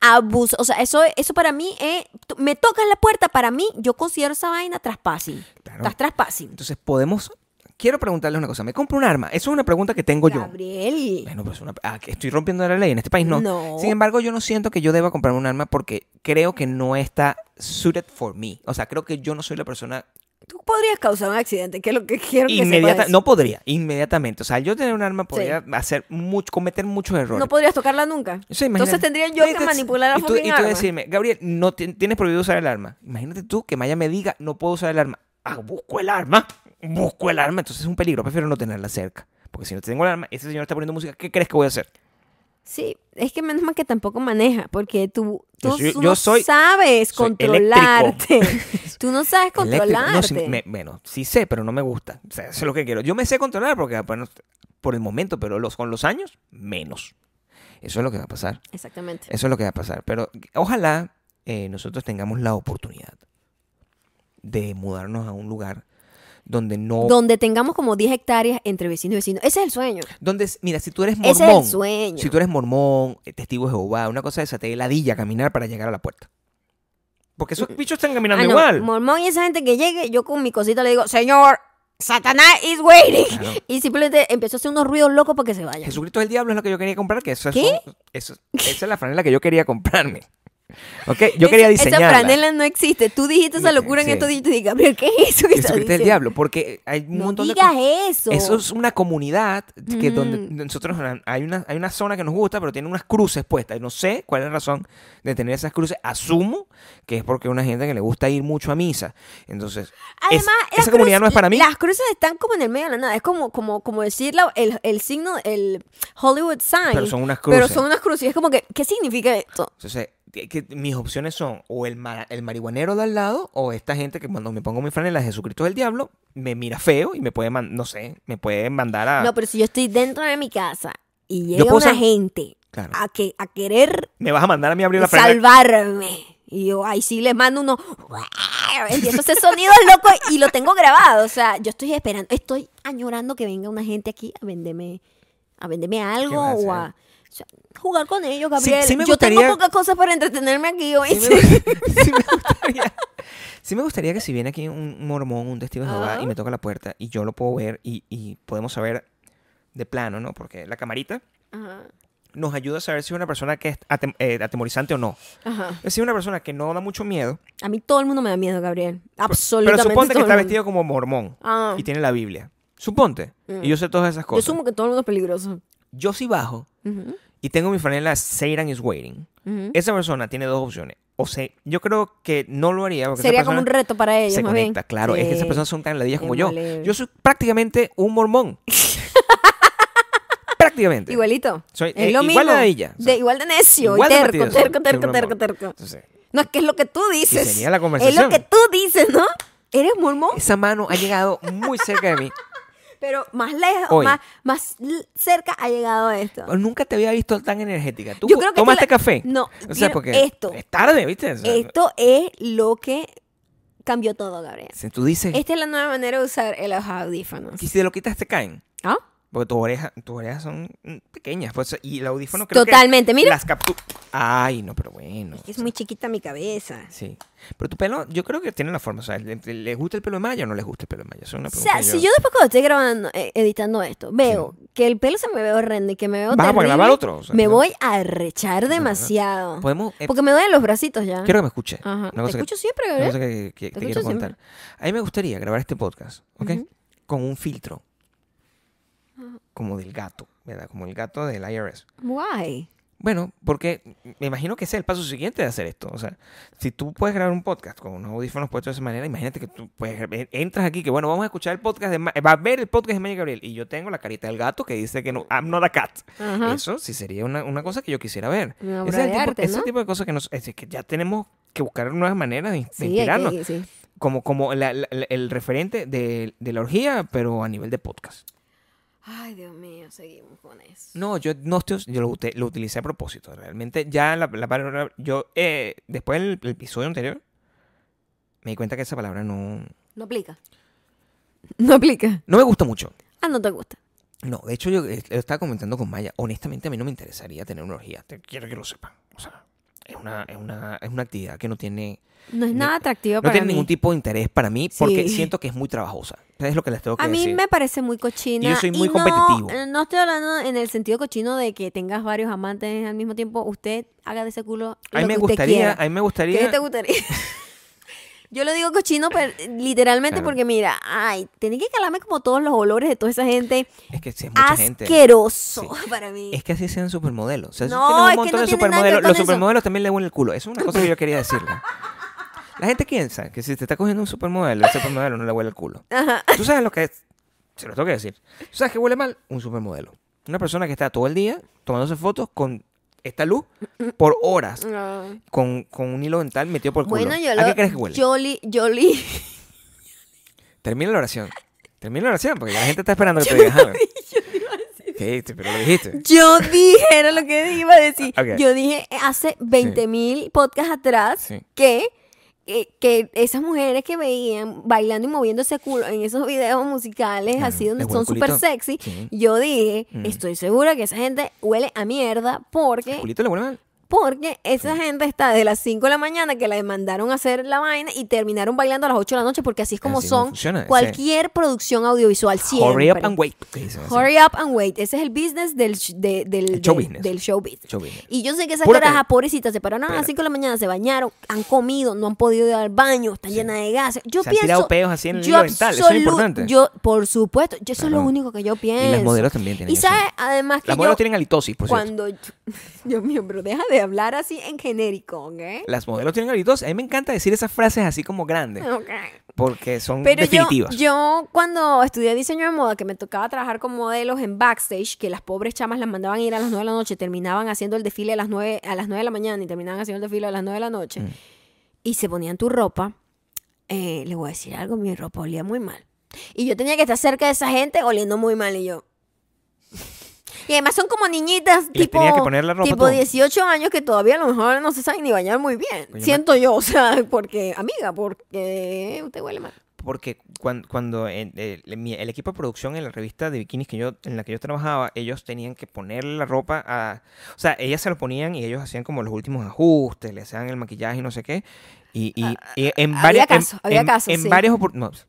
A: Abuso. O sea, eso, eso para mí es. tú- Me tocas la puerta, para mí, yo considero esa vaina traspassing.
B: Claro.
A: Estás traspassing.
B: Entonces podemos, Quiero preguntarles una cosa. ¿Me compro un arma? Eso es una pregunta que tengo yo.
A: Gabriel.
B: Bueno, pues una, ah, que estoy rompiendo la ley en este país, no.
A: No.
B: Sin embargo, yo no siento que yo deba comprarme un arma porque creo que no está suited for me. O sea, creo que yo no soy la persona
A: Tú podrías causar un accidente, que es lo que quiero que
B: inmediata.
A: sepas.
B: No podría, inmediatamente. O sea, yo tener un arma podría hacer mucho, cometer muchos errores.
A: No podrías tocarla nunca.
B: Sí,
A: Entonces
B: imagínate.
A: tendría yo que
B: Entonces,
A: manipular la
B: y tú,
A: fucking
B: y tú
A: arma.
B: decirme, Gabriel, no ti- tienes prohibido usar el arma. Imagínate tú que Maya me diga, no puedo usar el arma. Ah, busco el arma. Busco el arma. Entonces es un peligro. Prefiero no tenerla cerca. Porque si no tengo el arma, ese señor está poniendo música. ¿Qué crees que voy a hacer?
A: Sí, es que menos mal que tampoco maneja, porque tú,
B: Yo
A: tú
B: soy-
A: tú
B: yo
A: no
B: soy-
A: sabes
B: soy
A: controlarte. tú no sabes
B: Eléctrico.
A: controlarte.
B: No, sí, me- bueno, sí sé, pero no me gusta. O sea, eso es lo que quiero. Yo me sé controlar porque bueno, por el momento, pero los, con los años, menos. Eso es lo que va a pasar.
A: Exactamente.
B: Eso es lo que va a pasar. Pero ojalá eh, nosotros tengamos la oportunidad de mudarnos a un lugar donde no.
A: Donde tengamos como 10 hectáreas entre vecino y vecino. Ese es el sueño.
B: Donde, mira, si tú eres mormón.
A: Ese es el sueño. Ah,
B: Si tú eres mormón, eh, testigo de Jehová, una cosa de esa, te dé ladilla caminar para llegar a la puerta. Porque esos bichos están caminando
A: Ah, no,
B: igual.
A: Mormón y esa gente que llegue, yo con mi cosita le digo, señor, Satanás is waiting.
B: Claro.
A: Y simplemente empezó a hacer unos ruidos locos para que se vaya.
B: Jesucristo del Diablo es lo que yo quería comprar, que eso es
A: ¿Qué?
B: un- eso- esa es la franela que yo quería comprarme. ¿Ok? Yo quería
A: Esa-
B: diseñarla.
A: Esa franela no existe. Tú dijiste esa
B: Sí,
A: locura
B: sí.
A: en estos días y yo dije, Gabriel, ¿qué es eso que estás
B: Jesucristo del
A: diciendo?
B: Diablo, porque hay un
A: No
B: montón de
A: digas
B: cosas-
A: eso.
B: Eso es una comunidad que donde
A: Ujú.
B: nosotros hay una, hay una zona que nos gusta, pero tiene unas cruces puestas. No sé cuál es la razón de tener esas cruces. Asumo que es porque hay una gente que le gusta ir mucho a misa. Entonces, es-
A: Además,
B: esa
A: la
B: comunidad
A: cruz-
B: no es para mí.
A: Las cruces están como en el medio de la nada. Es como, como, como decir la- el, el signo, el Hollywood sign.
B: Pero son unas
A: Pero
B: cruces.
A: son unas cruces. Y es como que, ¿qué significa esto?
B: Entonces, que- que mis opciones son o el, ma- el marihuanero de al lado o esta gente que cuando me pongo mi franela de Jesucristo del Diablo me mira feo y me puede, man- no sé, me puede mandar a...
A: No, pero si yo estoy dentro de mi casa y llega
B: Ah. puedo
A: una
B: ser-
A: gente
B: Claro.
A: a, que, a querer
B: Me vas a mandar a mí a abrir la franela.
A: salvarme. Y yo ahí sí les mando uno. Empiezo ese sonido loco y lo tengo grabado. O sea, yo estoy esperando, estoy añorando que venga una gente aquí a venderme, a venderme algo
B: vas a
A: o a, o sea, jugar con ellos, Gabriel.
B: sí me
A: yo
B: gustaría-
A: tengo pocas cosas para entretenerme aquí hoy.
B: Sí me, sí me gustaría, sí me gustaría que si viene aquí un mormón, un testigo de Jehová
A: Ajá.
B: y me toca la puerta y yo lo puedo ver y, y podemos saber de plano, ¿no? Porque la camarita
A: Ajá,
B: nos ayuda a saber si es una persona que es atem- eh, atemorizante o no.
A: ajá.
B: Si es una persona que no da mucho miedo,
A: A mí todo el mundo me da miedo, Gabriel.
B: Pero-
A: Absolutamente.
B: Pero suponte que
A: todo el
B: está
A: mundo.
B: vestido como mormón
A: Ah.
B: y tiene la Biblia. Suponte.
A: Mm.
B: Y yo sé todas esas
A: Yo
B: cosas.
A: sumo que todo el mundo es peligroso.
B: Yo sí bajo
A: Ujú,
B: y tengo mi franela Satan is waiting.
A: ujú.
B: Esa persona tiene dos opciones. O sea, yo creo que no lo haría porque esa
A: Sería como un
B: persona
A: reto para ellos,
B: se
A: más bien.
B: conecta. Claro, es que esas
A: Sí.
B: personas son tan ladillas como
A: Es
B: yo.
A: mole.
B: Yo soy prácticamente un mormón. prácticamente.
A: Igualito.
B: Este, Soy,
A: es
B: eh,
A: lo
B: igual
A: mismo.
B: de ella.
A: De, igual de necio.
B: Igual
A: y
B: de
A: terco,
B: metido soy,
A: terco,
B: soy
A: terco,
B: un
A: terco,
B: mormón.
A: terco.
B: Entonces,
A: No, es que es lo que tú dices.
B: sería la
A: Es lo
B: conversación.
A: que tú dices, ¿no? Eres mormón,
B: esa mano ha llegado muy cerca de mí.
A: pero más lejos,
B: Hoy.
A: más, más l- cerca ha llegado esto.
B: Nunca te había visto tan energética. ¿Tú
A: Yo creo que
B: tomaste
A: esto la-
B: café?
A: No,
B: O sea,
A: mira,
B: porque
A: esto.
B: es tarde, ¿viste? O sea,
A: Esto es lo que cambió todo, Gabriel.
B: si tú dices,
A: Esta es la nueva manera de usar el- los audífonos.
B: y si te lo quitas te caen.
A: ¿Ah?
B: Porque tus orejas tus orejas son mm, pequeñas. pues, y el audífono creo
A: Totalmente,
B: que
A: mira.
B: las captu- Ay, no, pero bueno.
A: Es muy chiquita mi cabeza.
B: Sí. Pero tu pelo, yo creo que tiene la forma. O sea, ¿le- ¿les gusta el pelo de malla o no les gusta el pelo de malla? Esa es una
A: O
B: pregunta
A: sea,
B: que
A: si yo después cuando estoy grabando, eh, editando esto, veo que el pelo se me ve horrendo y que me veo
B: Vas a
A: terrible,
B: grabar otro, o sea,
A: me
B: no-
A: voy a arrechar demasiado.
B: Podemos... eh,
A: Porque me duelen los bracitos ya.
B: Quiero que me escuche.
A: Ajá.
B: Una
A: Te
B: cosa que-
A: escucho siempre, ¿eh?
B: una
A: Gabriel.
B: cosa que, que-
A: Te
B: te
A: escucho
B: quiero contar. A mí me gustaría grabar este podcast, ¿ok? Con un filtro.
A: Ah.
B: Como del gato, ¿verdad? Como el gato del IRS.
A: Guay.
B: Bueno, porque me imagino que ese es el paso siguiente de hacer esto. O sea, si tú puedes grabar un podcast con unos audífonos puestos de esa manera, imagínate que tú puedes, entras aquí, que bueno, vamos a escuchar el podcast de, Ma- va a ver el podcast de Maya Gabriel y yo tengo la carita del gato que dice que no, I'm not a cat.
A: Ajá.
B: Eso sí sería una, una cosa que yo quisiera ver.
A: Una obra
B: Ese es el
A: de
B: tipo,
A: arte,
B: ese
A: ¿no?
B: tipo de cosas que, nos, es que ya tenemos que buscar nuevas maneras de, de
A: Sí, hay
B: inspirarnos.
A: que- sí.
B: Como, como la- la- la- el referente de, de la orgía, pero a nivel de podcast.
A: Ay, Dios mío, seguimos con eso.
B: No, yo no estoy, yo lo, ut- lo utilicé a propósito. Realmente ya la, la palabra, yo eh, después del del episodio anterior me di cuenta que esa palabra no,
A: No aplica. No aplica.
B: no me gusta mucho.
A: Ah, no te gusta.
B: No, de hecho yo eh, lo estaba comentando con Maya. Honestamente a mí no me interesaría tener una orgía. Te- quiero que lo sepan. O sea, es una, es una, es una actividad que no tiene,
A: No es
B: No-
A: nada atractivo
B: no
A: para
B: tiene
A: mí.
B: ningún tipo de interés para mí porque
A: Sí.
B: siento que es muy trabajosa. Es lo que les tengo que
A: a mí
B: decir.
A: me parece muy cochina.
B: Yo soy muy
A: no-
B: competitivo.
A: eh, No, estoy hablando en el sentido cochino de que tengas varios amantes al mismo tiempo. Usted haga de ese culo lo
B: A mí me
A: que
B: gustaría,
A: usted
B: a
A: quiera.
B: mí me
A: ¿Qué
B: gustaría.
A: te gustaría? Yo lo digo cochino, pero eh, literalmente
B: Claro.
A: porque mira, ay, tenés que calarme como todos los olores de toda esa gente.
B: Es que sí, es mucha gente.
A: Asqueroso para mí.
B: Es que así sean supermodelos. O sea, si
A: No, es
B: tienes un
A: que no
B: montón de
A: tiene nada que ver
B: supermodelos,
A: con
B: los
A: eso.
B: supermodelos también le huelen el culo. Es una cosa que yo quería decirle. La gente piensa que si te está cogiendo un supermodelo, el supermodelo no le huele el culo.
A: Ajá.
B: Tú sabes lo que es. Se lo tengo que decir. ¿Tú sabes que huele mal? Un supermodelo. Una persona que está todo el día tomándose fotos con esta luz por horas,
A: No.
B: con, con un hilo dental metido por el culo.
A: Ah. Bueno, yo
B: ¿A
A: lo.
B: qué crees que huele?
A: Yo li- yo li-
B: Termina la oración. Termina la oración, porque ya la gente está esperando que te digas algo. ¿Qué? este, Pero lo dijiste.
A: Yo dije, era lo que iba a decir.
B: Ok.
A: Yo dije eh, hace 20 mil podcasts atrás
B: Sí.
A: que, que, que esas mujeres que veían bailando y moviendo ese culo en esos videos musicales,
B: Claro,
A: así donde
B: les huele
A: son
B: el culito.
A: súper sexy,
B: Sí.
A: yo dije,
B: Mm.
A: estoy segura que esa gente huele a mierda
B: ¿El
A: porque,
B: culito le huele mal?
A: porque esa gente está desde las 5 de la mañana que la mandaron a hacer la vaina y terminaron bailando a las 8 de la noche porque así es como
B: Así mismo
A: son
B: funciona, sí.
A: cualquier producción audiovisual. Siempre.
B: Hurry up and wait. ¿Qué dicen así?
A: Hurry up and wait. Ese es el business del, sh- de- del,
B: El show
A: del-
B: business.
A: del show business.
B: Show business.
A: Y yo sé que esas
B: Pura
A: carajas
B: tele-
A: pobrecitas se pararon a las
B: Espera.
A: 5 de la mañana, se bañaron, han comido, no han podido ir al baño, están llenas de gases. Yo
B: Se han
A: pienso.
B: tirado peos así en el hilo dental, eso es
A: absolu-
B: importante.
A: Yo, por supuesto, yo eso es lo
B: Claro.
A: único que yo pienso.
B: Y las modelos también tienen
A: Y
B: eso.
A: sabes, además que
B: Las
A: yo,
B: modelos tienen halitosis, por cierto.
A: cuando. Dios mío, pero deja de hablar así en genérico, ¿ok?
B: Las modelos tienen halitosis. A mí me encanta decir esas frases así como grandes,
A: Ok.
B: porque son
A: Ah. Pero yo,
B: definitivas.
A: yo cuando estudié diseño de moda, que me tocaba trabajar con modelos en backstage, que las pobres chamas las mandaban ir a las 9 de la noche, terminaban haciendo el desfile a las 9, a las 9 de la mañana y terminaban haciendo el desfile a las 9 de la noche,
B: Mm.
A: y se ponían tu ropa, eh, le voy a decir algo, mi ropa olía muy mal. Y yo tenía que estar cerca de esa gente oliendo muy mal y yo... Y además son como niñitas
B: ¿Y les
A: tipo,
B: tenías que poner la ropa
A: tipo
B: tú?
A: 18 años que todavía a lo mejor no se saben ni bañar muy bien.
B: Pues yo me-
A: Siento yo, o sea, porque, amiga, porque usted huele mal.
B: Porque cuan- cuando, en- el, mi- el equipo de producción en la revista de bikinis que yo, en la que yo trabajaba, ellos tenían que ponerle la ropa a... O sea, ellas se lo ponían y ellos hacían como los últimos ajustes, le hacían el maquillaje y no sé qué. Y, y- y en
A: Ah, había
B: varias... en-
A: casos, había
B: en,
A: casos,
B: En
A: sí.
B: varias oportunidades...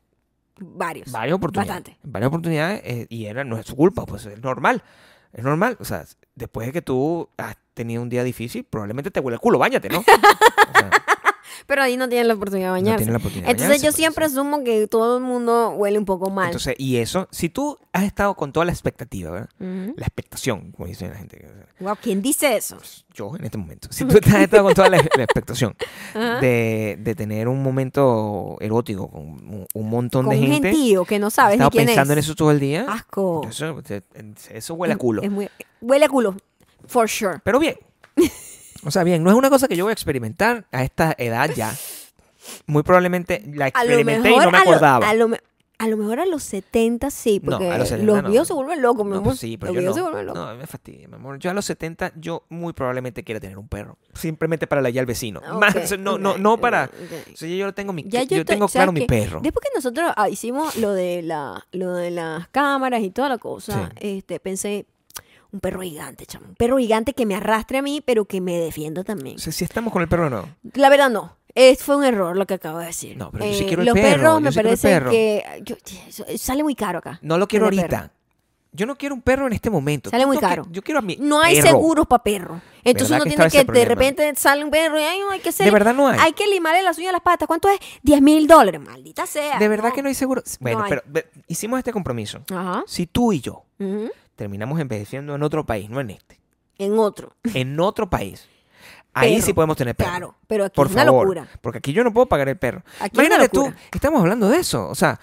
A: Varios.
B: varias oportunidades.
A: Bastante.
B: Varias oportunidades eh, y era, no es su culpa, pues es normal. Es normal. O sea, después de que tú has tenido un día difícil, probablemente te huele el culo, bañate, ¿no? O sea,
A: Pero ahí no tienen la oportunidad de
B: no
A: bañarse.
B: tienes la oportunidad de
A: Entonces
B: bañarse,
A: yo
B: pues,
A: siempre
B: sí.
A: asumo que todo el mundo huele un poco mal.
B: Entonces, y eso, si tú has estado con toda la expectativa, ¿verdad?
A: Ujú.
B: La expectación, como dicen la gente.
A: Guau, ¿quién dice eso?
B: Yo en este momento. Si tú has estado con toda la, la expectación
A: Ajá.
B: de, de tener un momento erótico con un, un montón
A: Con
B: de
A: un
B: gente,
A: gentío que no
B: has
A: sabes ni
B: estado
A: quién es.
B: pensando en eso todo el día,
A: Asco.
B: eso, eso huele a
A: Es-
B: culo.
A: es muy- huele a culo. For sure.
B: Pero bien. O sea, bien, no es una cosa que yo voy a experimentar a esta edad ya. Muy probablemente la
A: A lo
B: experimenté
A: mejor
B: y no me
A: a lo-
B: acordaba.
A: A lo, me- a lo mejor a los 70 sí,
B: No,
A: porque
B: a los 70
A: los
B: no.
A: viejos se vuelven locos, mi
B: No,
A: amor.
B: pues sí, pero
A: los
B: yo
A: viejos se
B: no.
A: vuelven locos.
B: No, me fastidia, mi amor. Yo a los 70, yo muy probablemente quiera tener un perro. Simplemente para la al vecino.
A: Ah, Ok,
B: Más- no, no,
A: ok,
B: no para...
A: ok.
B: O sea, yo lo tengo mi,
A: Ya
B: yo,
A: estoy-
B: tengo
A: ¿sabes
B: claro mi
A: qué?
B: perro.
A: Después que nosotros ah, hicimos lo de la, lo de las cámaras y toda la cosa, este, pensé, un perro gigante, chamo. Un perro gigante que me arrastre a mí, pero que me defienda también.
B: O sea, si estamos con el perro o no.
A: La verdad no. Es, fue un error lo que acabo de decir. Eh,
B: No, pero yo sí quiero el
A: los
B: perro,
A: perros
B: yo
A: me
B: sí quiero el
A: parece
B: perro.
A: que yo- eso- sale muy caro acá.
B: No lo quiero
A: Tener
B: ahorita. Yo no quiero un perro en este momento.
A: Sale
B: Tú
A: muy
B: no que-
A: caro.
B: Yo quiero a mi
A: No hay
B: perro.
A: seguros para perros. Entonces
B: ¿Verdad
A: uno
B: que
A: tiene
B: estaba
A: que
B: ese
A: de
B: problema?
A: repente sale un perro y ay, no, hay que hacer.
B: De verdad no hay.
A: que limarle la suya a las patas. ¿Cuánto es? 10 mil dólares. Maldita sea.
B: De verdad que no hay seguro. Bueno,
A: hay.
B: pero ve, hicimos este compromiso.
A: Ajá.
B: Si tú y yo
A: Ujú.
B: terminamos envejeciendo en otro país, no en este,
A: En otro.
B: en otro país. Ahí
A: Perro.
B: sí podemos tener perro.
A: Claro, pero aquí
B: Por
A: es una
B: favor,
A: locura.
B: porque aquí yo no puedo pagar el perro.
A: Aquí es una
B: Imagínate tú,
A: locura.
B: estamos hablando de eso, o sea,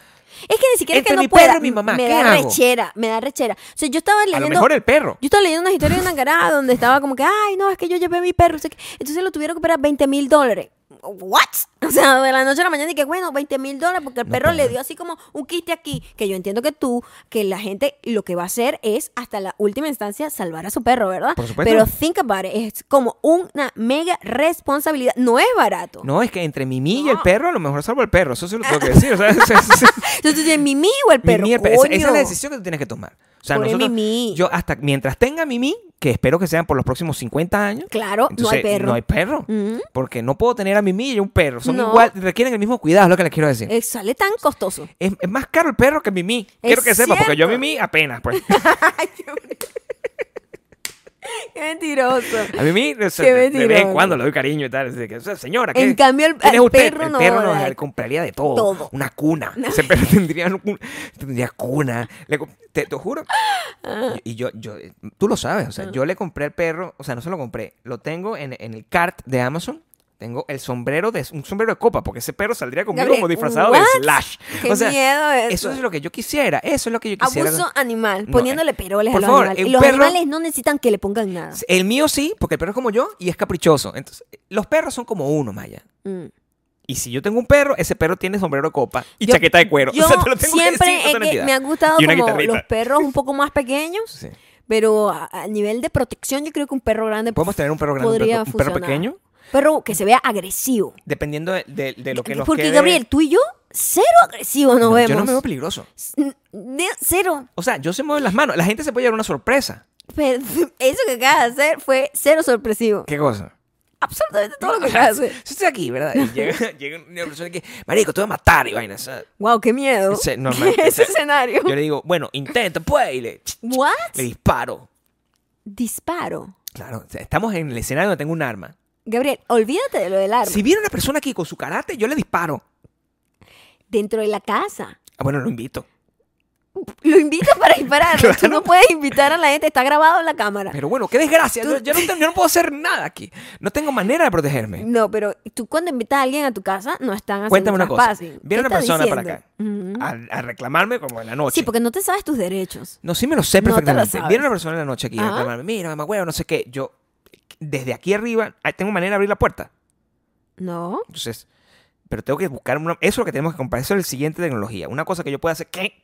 A: Es que ni siquiera
B: Entre
A: que no
B: mi
A: pueda.
B: perro y mi mamá,
A: me
B: ¿qué
A: da
B: hago?
A: rechera, me da rechera. O sea, yo estaba
B: a
A: leyendo.
B: lo mejor el perro.
A: Yo estaba leyendo una historia de una caraja donde estaba como que, ay, no, es que yo llevé a mi perro. o sea, que- entonces lo tuvieron que operar 20 mil dólares. ¿What? O sea, de la noche a la mañana y que, bueno, 20 mil dólares porque el
B: No
A: perro le
B: puedo.
A: dio así como un quiste aquí. Que yo entiendo que tú, que la gente lo que va a hacer es hasta la última instancia salvar a su perro, ¿verdad?
B: Por supuesto.
A: Pero think about it, es como una mega responsabilidad. No es barato.
B: No, es que entre Mimi y el
A: No.
B: perro, a lo mejor salvo el perro, eso se lo tengo que decir, o sea, es- es- es-
A: Entonces, ¿de Mimi o el perro?
B: Mimi, el perro. Esa, esa es la
A: Coño.
B: decisión que tú tienes que tomar. O sea,
A: Pobre
B: nosotros,
A: Mimi.
B: yo hasta mientras tenga Mimi, que espero que sean por los próximos 50 años.
A: Claro, no hay
B: Entonces,
A: perro.
B: No hay perro.
A: Ujú.
B: Porque no puedo tener a mi milla y un perro. Son
A: No.
B: igual, requieren el mismo cuidado, es lo que les quiero decir.
A: Eh, sale tan costoso.
B: Es, es más caro el perro que Mimi. Quiero que sepas, porque yo
A: cierto.
B: Mimi apenas, pues.
A: Ay, qué... qué mentiroso.
B: A Mimi o sea,
A: Qué
B: de, de vez en
A: mentiroso.
B: cuando le doy cariño y tal. así que, o sea, señora,
A: En
B: ¿qué-
A: cambio, el-
B: quién es
A: al
B: usted?
A: perro
B: el
A: no,
B: perro nos
A: ¿verdad?
B: le compraría de todo.
A: Todo.
B: Una cuna. Ese perro tendría, un- tendría cuna. Le com- te, te juro.
A: Ah.
B: Y yo, yo, tú lo sabes, o sea, yo le compré al perro, o sea, no se lo compré, lo tengo en, en el cart de Amazon. Tengo el sombrero de un sombrero de copa, porque ese perro saldría conmigo
A: Gabriel,
B: como disfrazado
A: ¿what?
B: de Slash.
A: Qué miedo eso.
B: Eso es lo que yo quisiera. Eso es lo que yo quisiera.
A: Abuso animal,
B: No,
A: poniéndole
B: eh,
A: peroles a
B: por
A: los
B: favor,
A: animales.
B: un
A: Y los
B: perro-
A: animales no necesitan que le pongan nada.
B: El mío sí, porque el perro es como yo y es caprichoso. Entonces, los perros son como uno, Maya.
A: Mm.
B: Y si yo tengo un perro, ese perro tiene sombrero de copa y
A: Yo-
B: chaqueta de cuero.
A: Yo
B: o sea, te lo tengo que
A: siempre
B: decir, no
A: he
B: te
A: que-
B: mentira.
A: me ha gustado
B: Y una
A: como
B: guitarrita.
A: los perros un poco más pequeños,
B: Sí.
A: pero a, a nivel de protección yo creo que un perro grande
B: Podemos tener un perro grande, un
A: podría
B: perro- un perro
A: funcionar.
B: pequeño,
A: Perro que se vea agresivo. Eh,
B: dependiendo de, de- de lo que nos
A: Porque
B: quede.
A: Gabriel, tú y yo, cero agresivos nos
B: No,
A: vemos.
B: Yo no me veo peligroso.
A: S- de- cero.
B: O sea, yo se muevo las manos. La gente se puede llevar una sorpresa.
A: Pero eso que acabas de hacer fue cero sorpresivo.
B: ¿Qué cosa?
A: Absolutamente todo lo que acabas de hacer.
B: Yo estoy aquí, ¿verdad? Y llega, llega una persona que, marico, te voy a matar y vainas.
A: Wow, qué miedo.
B: Ese- normal.
A: Ese
B: O sea,
A: escenario.
B: Yo le digo, bueno, intenta, pues, y le,
A: What?
B: le disparo.
A: Disparo.
B: Claro, o sea, estamos en el escenario donde tengo un arma.
A: Gabriel, olvídate de lo del arma.
B: Si viene una persona aquí con su karate, yo le disparo.
A: Dentro de la casa.
B: Ah, bueno, lo invito.
A: Lo invito para disparar. Tú no puedes invitar a la gente. Está grabado en la cámara.
B: Pero bueno, qué desgracia.
A: Tú-
B: Yo, yo no, te- yo no puedo hacer nada aquí. No tengo manera de protegerme.
A: No, pero tú cuando invitas a alguien a tu casa no están haciendo
B: eh. Cuéntame una cosa.
A: trespassing. ¿Qué
B: Viene una
A: estás
B: persona para
A: diciendo?
B: acá Ah, a, a reclamarme como en la
A: Mm.
B: noche.
A: Sí, porque no te sabes tus derechos.
B: No, sí me lo sé
A: No te lo
B: perfectamente.
A: sabes.
B: Viene una persona en la noche aquí a
A: Ajá.
B: reclamarme. Mira, mamá, huevo, no sé qué. Yo, desde aquí arriba, ah, tengo manera de abrir la puerta.
A: No.
B: Entonces, pero tengo que buscar una... Eso es lo que tenemos que comprar. Eso es la siguiente tecnología. Una cosa que yo pueda hacer... ¿qué?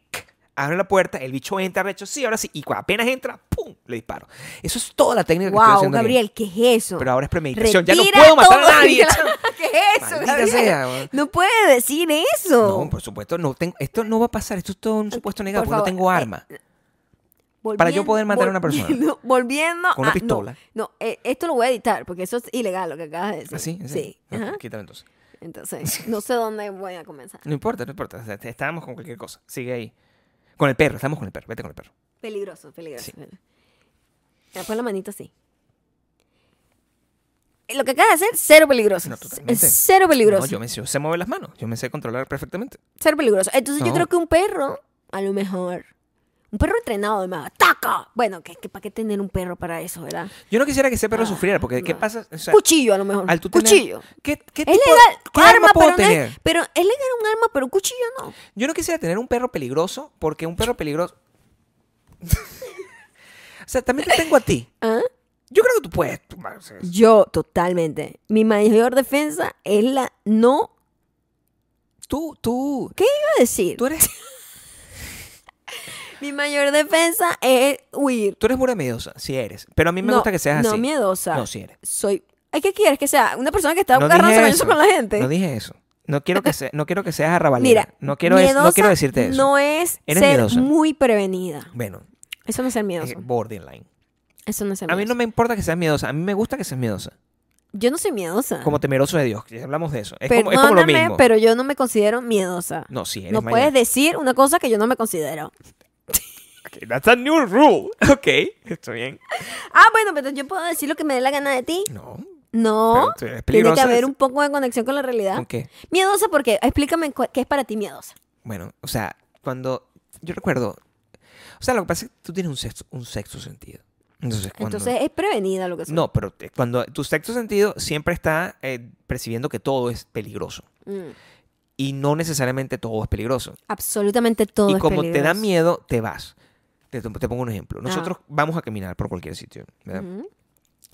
B: Abre la puerta, el bicho entra, recho, sí, ahora sí. Y cuando apenas entra, ¡pum! Le disparo. Eso es toda la técnica que estoy
A: Wow,
B: haciendo aquí.
A: Gabriel, ¿qué es eso?
B: Pero ahora es premeditación. ya
A: Retira
B: no puedo matar
A: todo.
B: a nadie.
A: ¿Qué es eso,
B: Maldita
A: Gabriel?
B: sea, weón.
A: No puedes decir eso.
B: No, por supuesto, no tengo, esto no va a pasar. Esto es todo un supuesto negado
A: por
B: porque
A: favor,
B: no tengo
A: eh,
B: arma. para yo
A: Volviendo-
B: poder matar a una persona.
A: volviendo- Volviendo
B: Con una
A: a- no,
B: pistola.
A: No, eh, esto lo voy a editar porque eso es ilegal lo que acabas de decir.
B: ¿Así?
A: Sí.
B: Ok,
A: ajá.
B: quítalo entonces.
A: Entonces, no sé dónde voy a comenzar.
B: No importa, no importa. o sea, te- Estábamos con cualquier cosa. Sigue ahí. Con el perro, estamos con el perro. Vete con el perro.
A: Peligroso, peligroso.
B: Sí.
A: Ya, pon la manito así. Lo que acabas de hacer, cero peligroso.
B: No,
A: C-
B: totalmente.
A: cero peligroso.
B: No, yo, me, yo sé mover las manos. Yo me sé controlar perfectamente.
A: Cero peligroso. Entonces yo
B: No.
A: creo que un perro, a lo mejor, un perro entrenado de más, ¡taca! Bueno, que, que ¿para qué tener un perro para eso, verdad?
B: Yo no quisiera que ese perro
A: Ah,
B: sufriera porque ¿qué
A: no.
B: pasa? O sea,
A: cuchillo, a lo mejor.
B: al tú tener-
A: cuchillo.
B: ¿Qué, qué
A: Es
B: tipo de-
A: legal,
B: qué
A: arma,
B: arma puedo
A: pero, no
B: tener?
A: es, pero es legal un arma, pero un cuchillo no.
B: Yo no quisiera tener un perro peligroso porque un perro peligroso. o sea, también te tengo a ti.
A: ¿Ah?
B: Yo creo que tú puedes. tú, o sea,
A: Yo, totalmente. Mi mayor defensa es la no.
B: Tú, tú.
A: ¿Qué iba a decir?
B: Tú eres,
A: Mi mayor defensa es huir.
B: tú eres muy miedosa, si eres. Pero a mí me
A: No,
B: gusta que seas
A: no
B: así.
A: miedosa.
B: No, si eres.
A: Soy. Ay, ¿Qué quieres que sea? Una persona que está
B: No
A: agarrándose
B: dije
A: a besos
B: eso.
A: con la gente.
B: No dije eso. No quiero que, sea, no quiero que seas arrabalera.
A: Mira,
B: no, quiero es- no
A: miedosa
B: quiero decirte eso.
A: No es
B: Eres
A: ser
B: miedosa.
A: muy prevenida.
B: Bueno,
A: Eso no es ser
B: es
A: miedoso.
B: borderline.
A: Eso no es ser
B: A mí
A: miedoso.
B: no me importa que seas miedosa. A mí me gusta que seas miedosa.
A: Yo no soy miedosa.
B: Como temeroso de Dios. Ya hablamos de eso. Es, como,
A: Ah. Perdóname,
B: es como lo mismo.
A: pero yo no me considero miedosa.
B: No, si eres.
A: No
B: Maya.
A: puedes decir una cosa que yo no me considero.
B: Ok, That's a new rule. Ok, está bien.
A: Ah, bueno, pero yo puedo decir lo que me dé la gana de ti.
B: No.
A: No.
B: pero tú eres
A: Tiene que
B: peligrosa.
A: haber un poco de conexión con la realidad.
B: ¿Con qué?
A: Miedosa porque, explícame cu- qué es para ti miedosa.
B: Bueno, o sea, cuando. Yo recuerdo. O sea, lo que pasa es que tú tienes un sexto, un sexto sentido. Entonces, cuando.
A: Entonces es prevenida lo que soy.
B: no, pero te- cuando tu sexto sentido siempre está eh, percibiendo que todo es peligroso.
A: Mm.
B: Y no necesariamente todo es peligroso.
A: Absolutamente todo
B: y
A: es
B: como te da
A: peligroso.
B: miedo, te vas. Te, te pongo un ejemplo.
A: Ajá.
B: Nosotros vamos a caminar por cualquier sitio. ¿verdad?
A: Ujú.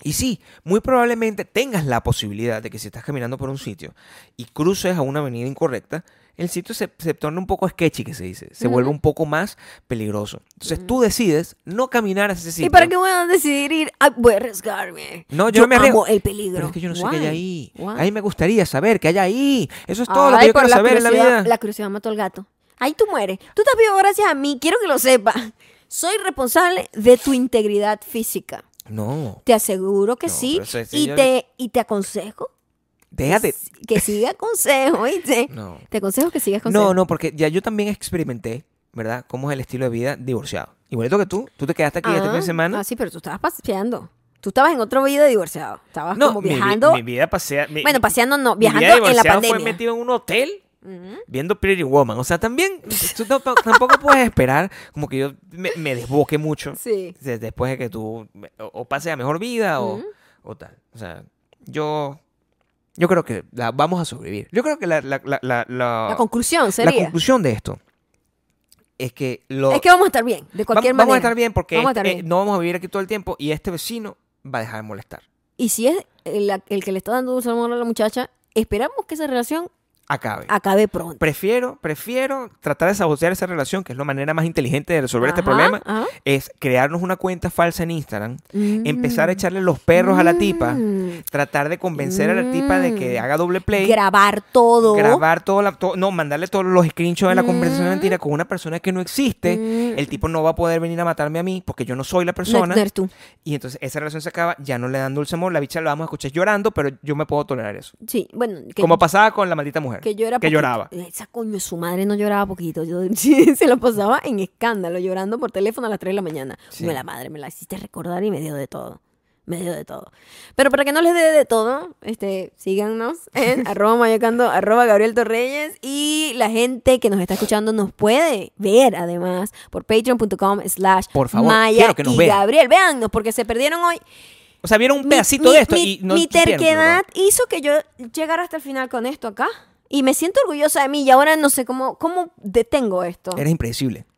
B: Y sí, muy probablemente tengas la posibilidad de que si estás caminando por un sitio y cruces a una avenida incorrecta, el sitio se, se torna un poco sketchy, que se dice. Se vuelve un poco más peligroso. Entonces tú decides no caminar a ese sitio.
A: ¿Y para qué voy a decidir ir? Ay, voy a arriesgarme.
B: No, yo no me arriesgo.
A: amo el peligro.
B: Pero es que yo no sé qué hay
A: Why?
B: ahí.
A: Why?
B: A mí me gustaría saber qué hay ahí. Eso es todo lo
A: Ay,
B: que yo
A: por
B: quiero saber en la
A: curiosidad-
B: vida.
A: La curiosidad mató al gato. Ahí tú mueres. Tú estás vivo gracias a mí. Quiero que lo sepas. Soy responsable de tu integridad física.
B: No.
A: Te aseguro que
B: No,
A: sí.
B: pero eso es-
A: y,
B: yo-
A: te, y te aconsejo
B: Déjate.
A: que sigas consejo, ¿oíste?
B: No.
A: Te aconsejo que sigas consejo.
B: No, no, porque ya yo también experimenté, ¿verdad? Cómo es el estilo de vida divorciado. Igualito que tú. Tú te quedaste aquí este fin de semana.
A: Ah, sí, pero tú estabas paseando. Tú estabas en otro vida divorciado. Estabas como
B: mi vi-
A: viajando.
B: Mi, vida pasea. mi-
A: bueno, paseando no,
B: mi vida
A: viajando en la
B: divorciado
A: pandemia.
B: fue metido en un hotel
A: Ujú.
B: viendo Pretty Woman. O sea, también tú tamp- tampoco puedes esperar como que yo me, me desboque mucho
A: Sí.
B: de- después de que tú me- o, o pases a mejor vida o,
A: Ujú.
B: o tal. O sea, yo yo creo que la, vamos a sobrevivir. Yo creo que la, la, la, la, la-
A: La conclusión
B: Oh. la
A: sería.
B: conclusión de esto es que lo
A: es que vamos a estar bien, de
B: vam-
A: cualquier
B: vamos,
A: manera.
B: a estar bien porque
A: Vamos a estar
B: este-
A: bien.
B: eh, no vamos a vivir aquí todo el tiempo y este vecino va a dejar de molestar.
A: Y si es el, el que le está dando dulce amor a la muchacha, esperamos que esa relación
B: Acabe.
A: acabe pronto.
B: Prefiero, prefiero tratar de sabotear esa relación, que es la manera más inteligente de resolver este
A: Ajá,
B: problema,
A: ajá.
B: es crearnos una cuenta falsa en Instagram, empezar a echarle los perros a la tipa,
A: Mm.
B: tratar de convencer a la tipa de que
A: Mm.
B: haga doble play,
A: Grabar todo.
B: grabar todo, la, to- no, mandarle todos los screenshots de la conversación
A: Mm.
B: mentira con una persona que no existe.
A: Mm.
B: El tipo no va a poder venir a matarme a mí porque yo no soy la
A: No,
B: persona.
A: no eres tú.
B: Y entonces esa relación se acaba, ya no le dan dulce amor, la bicha la vamos a escuchar llorando, pero yo me puedo tolerar eso.
A: Sí, bueno. Que,
B: Como pasaba con la maldita mujer.
A: que yo era
B: que
A: poquito.
B: lloraba.
A: Esa coño, su madre no lloraba poquito. Yo sí, se la pasaba en escándalo, llorando por teléfono a las 3 de la mañana.
B: Sí.
A: Me la madre, me la hiciste recordar y me dio de todo. Me dio de todo. Pero para que no les dé de todo, este, síganos en arroba mayocando, arroba Gabriel Torreyes. Y la gente que nos está escuchando nos puede ver además por patreon.com slash
B: Por favor,
A: Maya
B: quiero que nos
A: y
B: vean.
A: Gabriel. Véannos, porque se perdieron hoy
B: O sea, vieron un pedacito
A: mi-
B: de esto
A: mi-
B: y no
A: mi
B: supieron que
A: terquedad hizo que yo llegara hasta el final con esto acá. Y me siento orgullosa de mí y ahora no sé cómo, cómo detengo esto.
B: lloraba. Eres impredecible.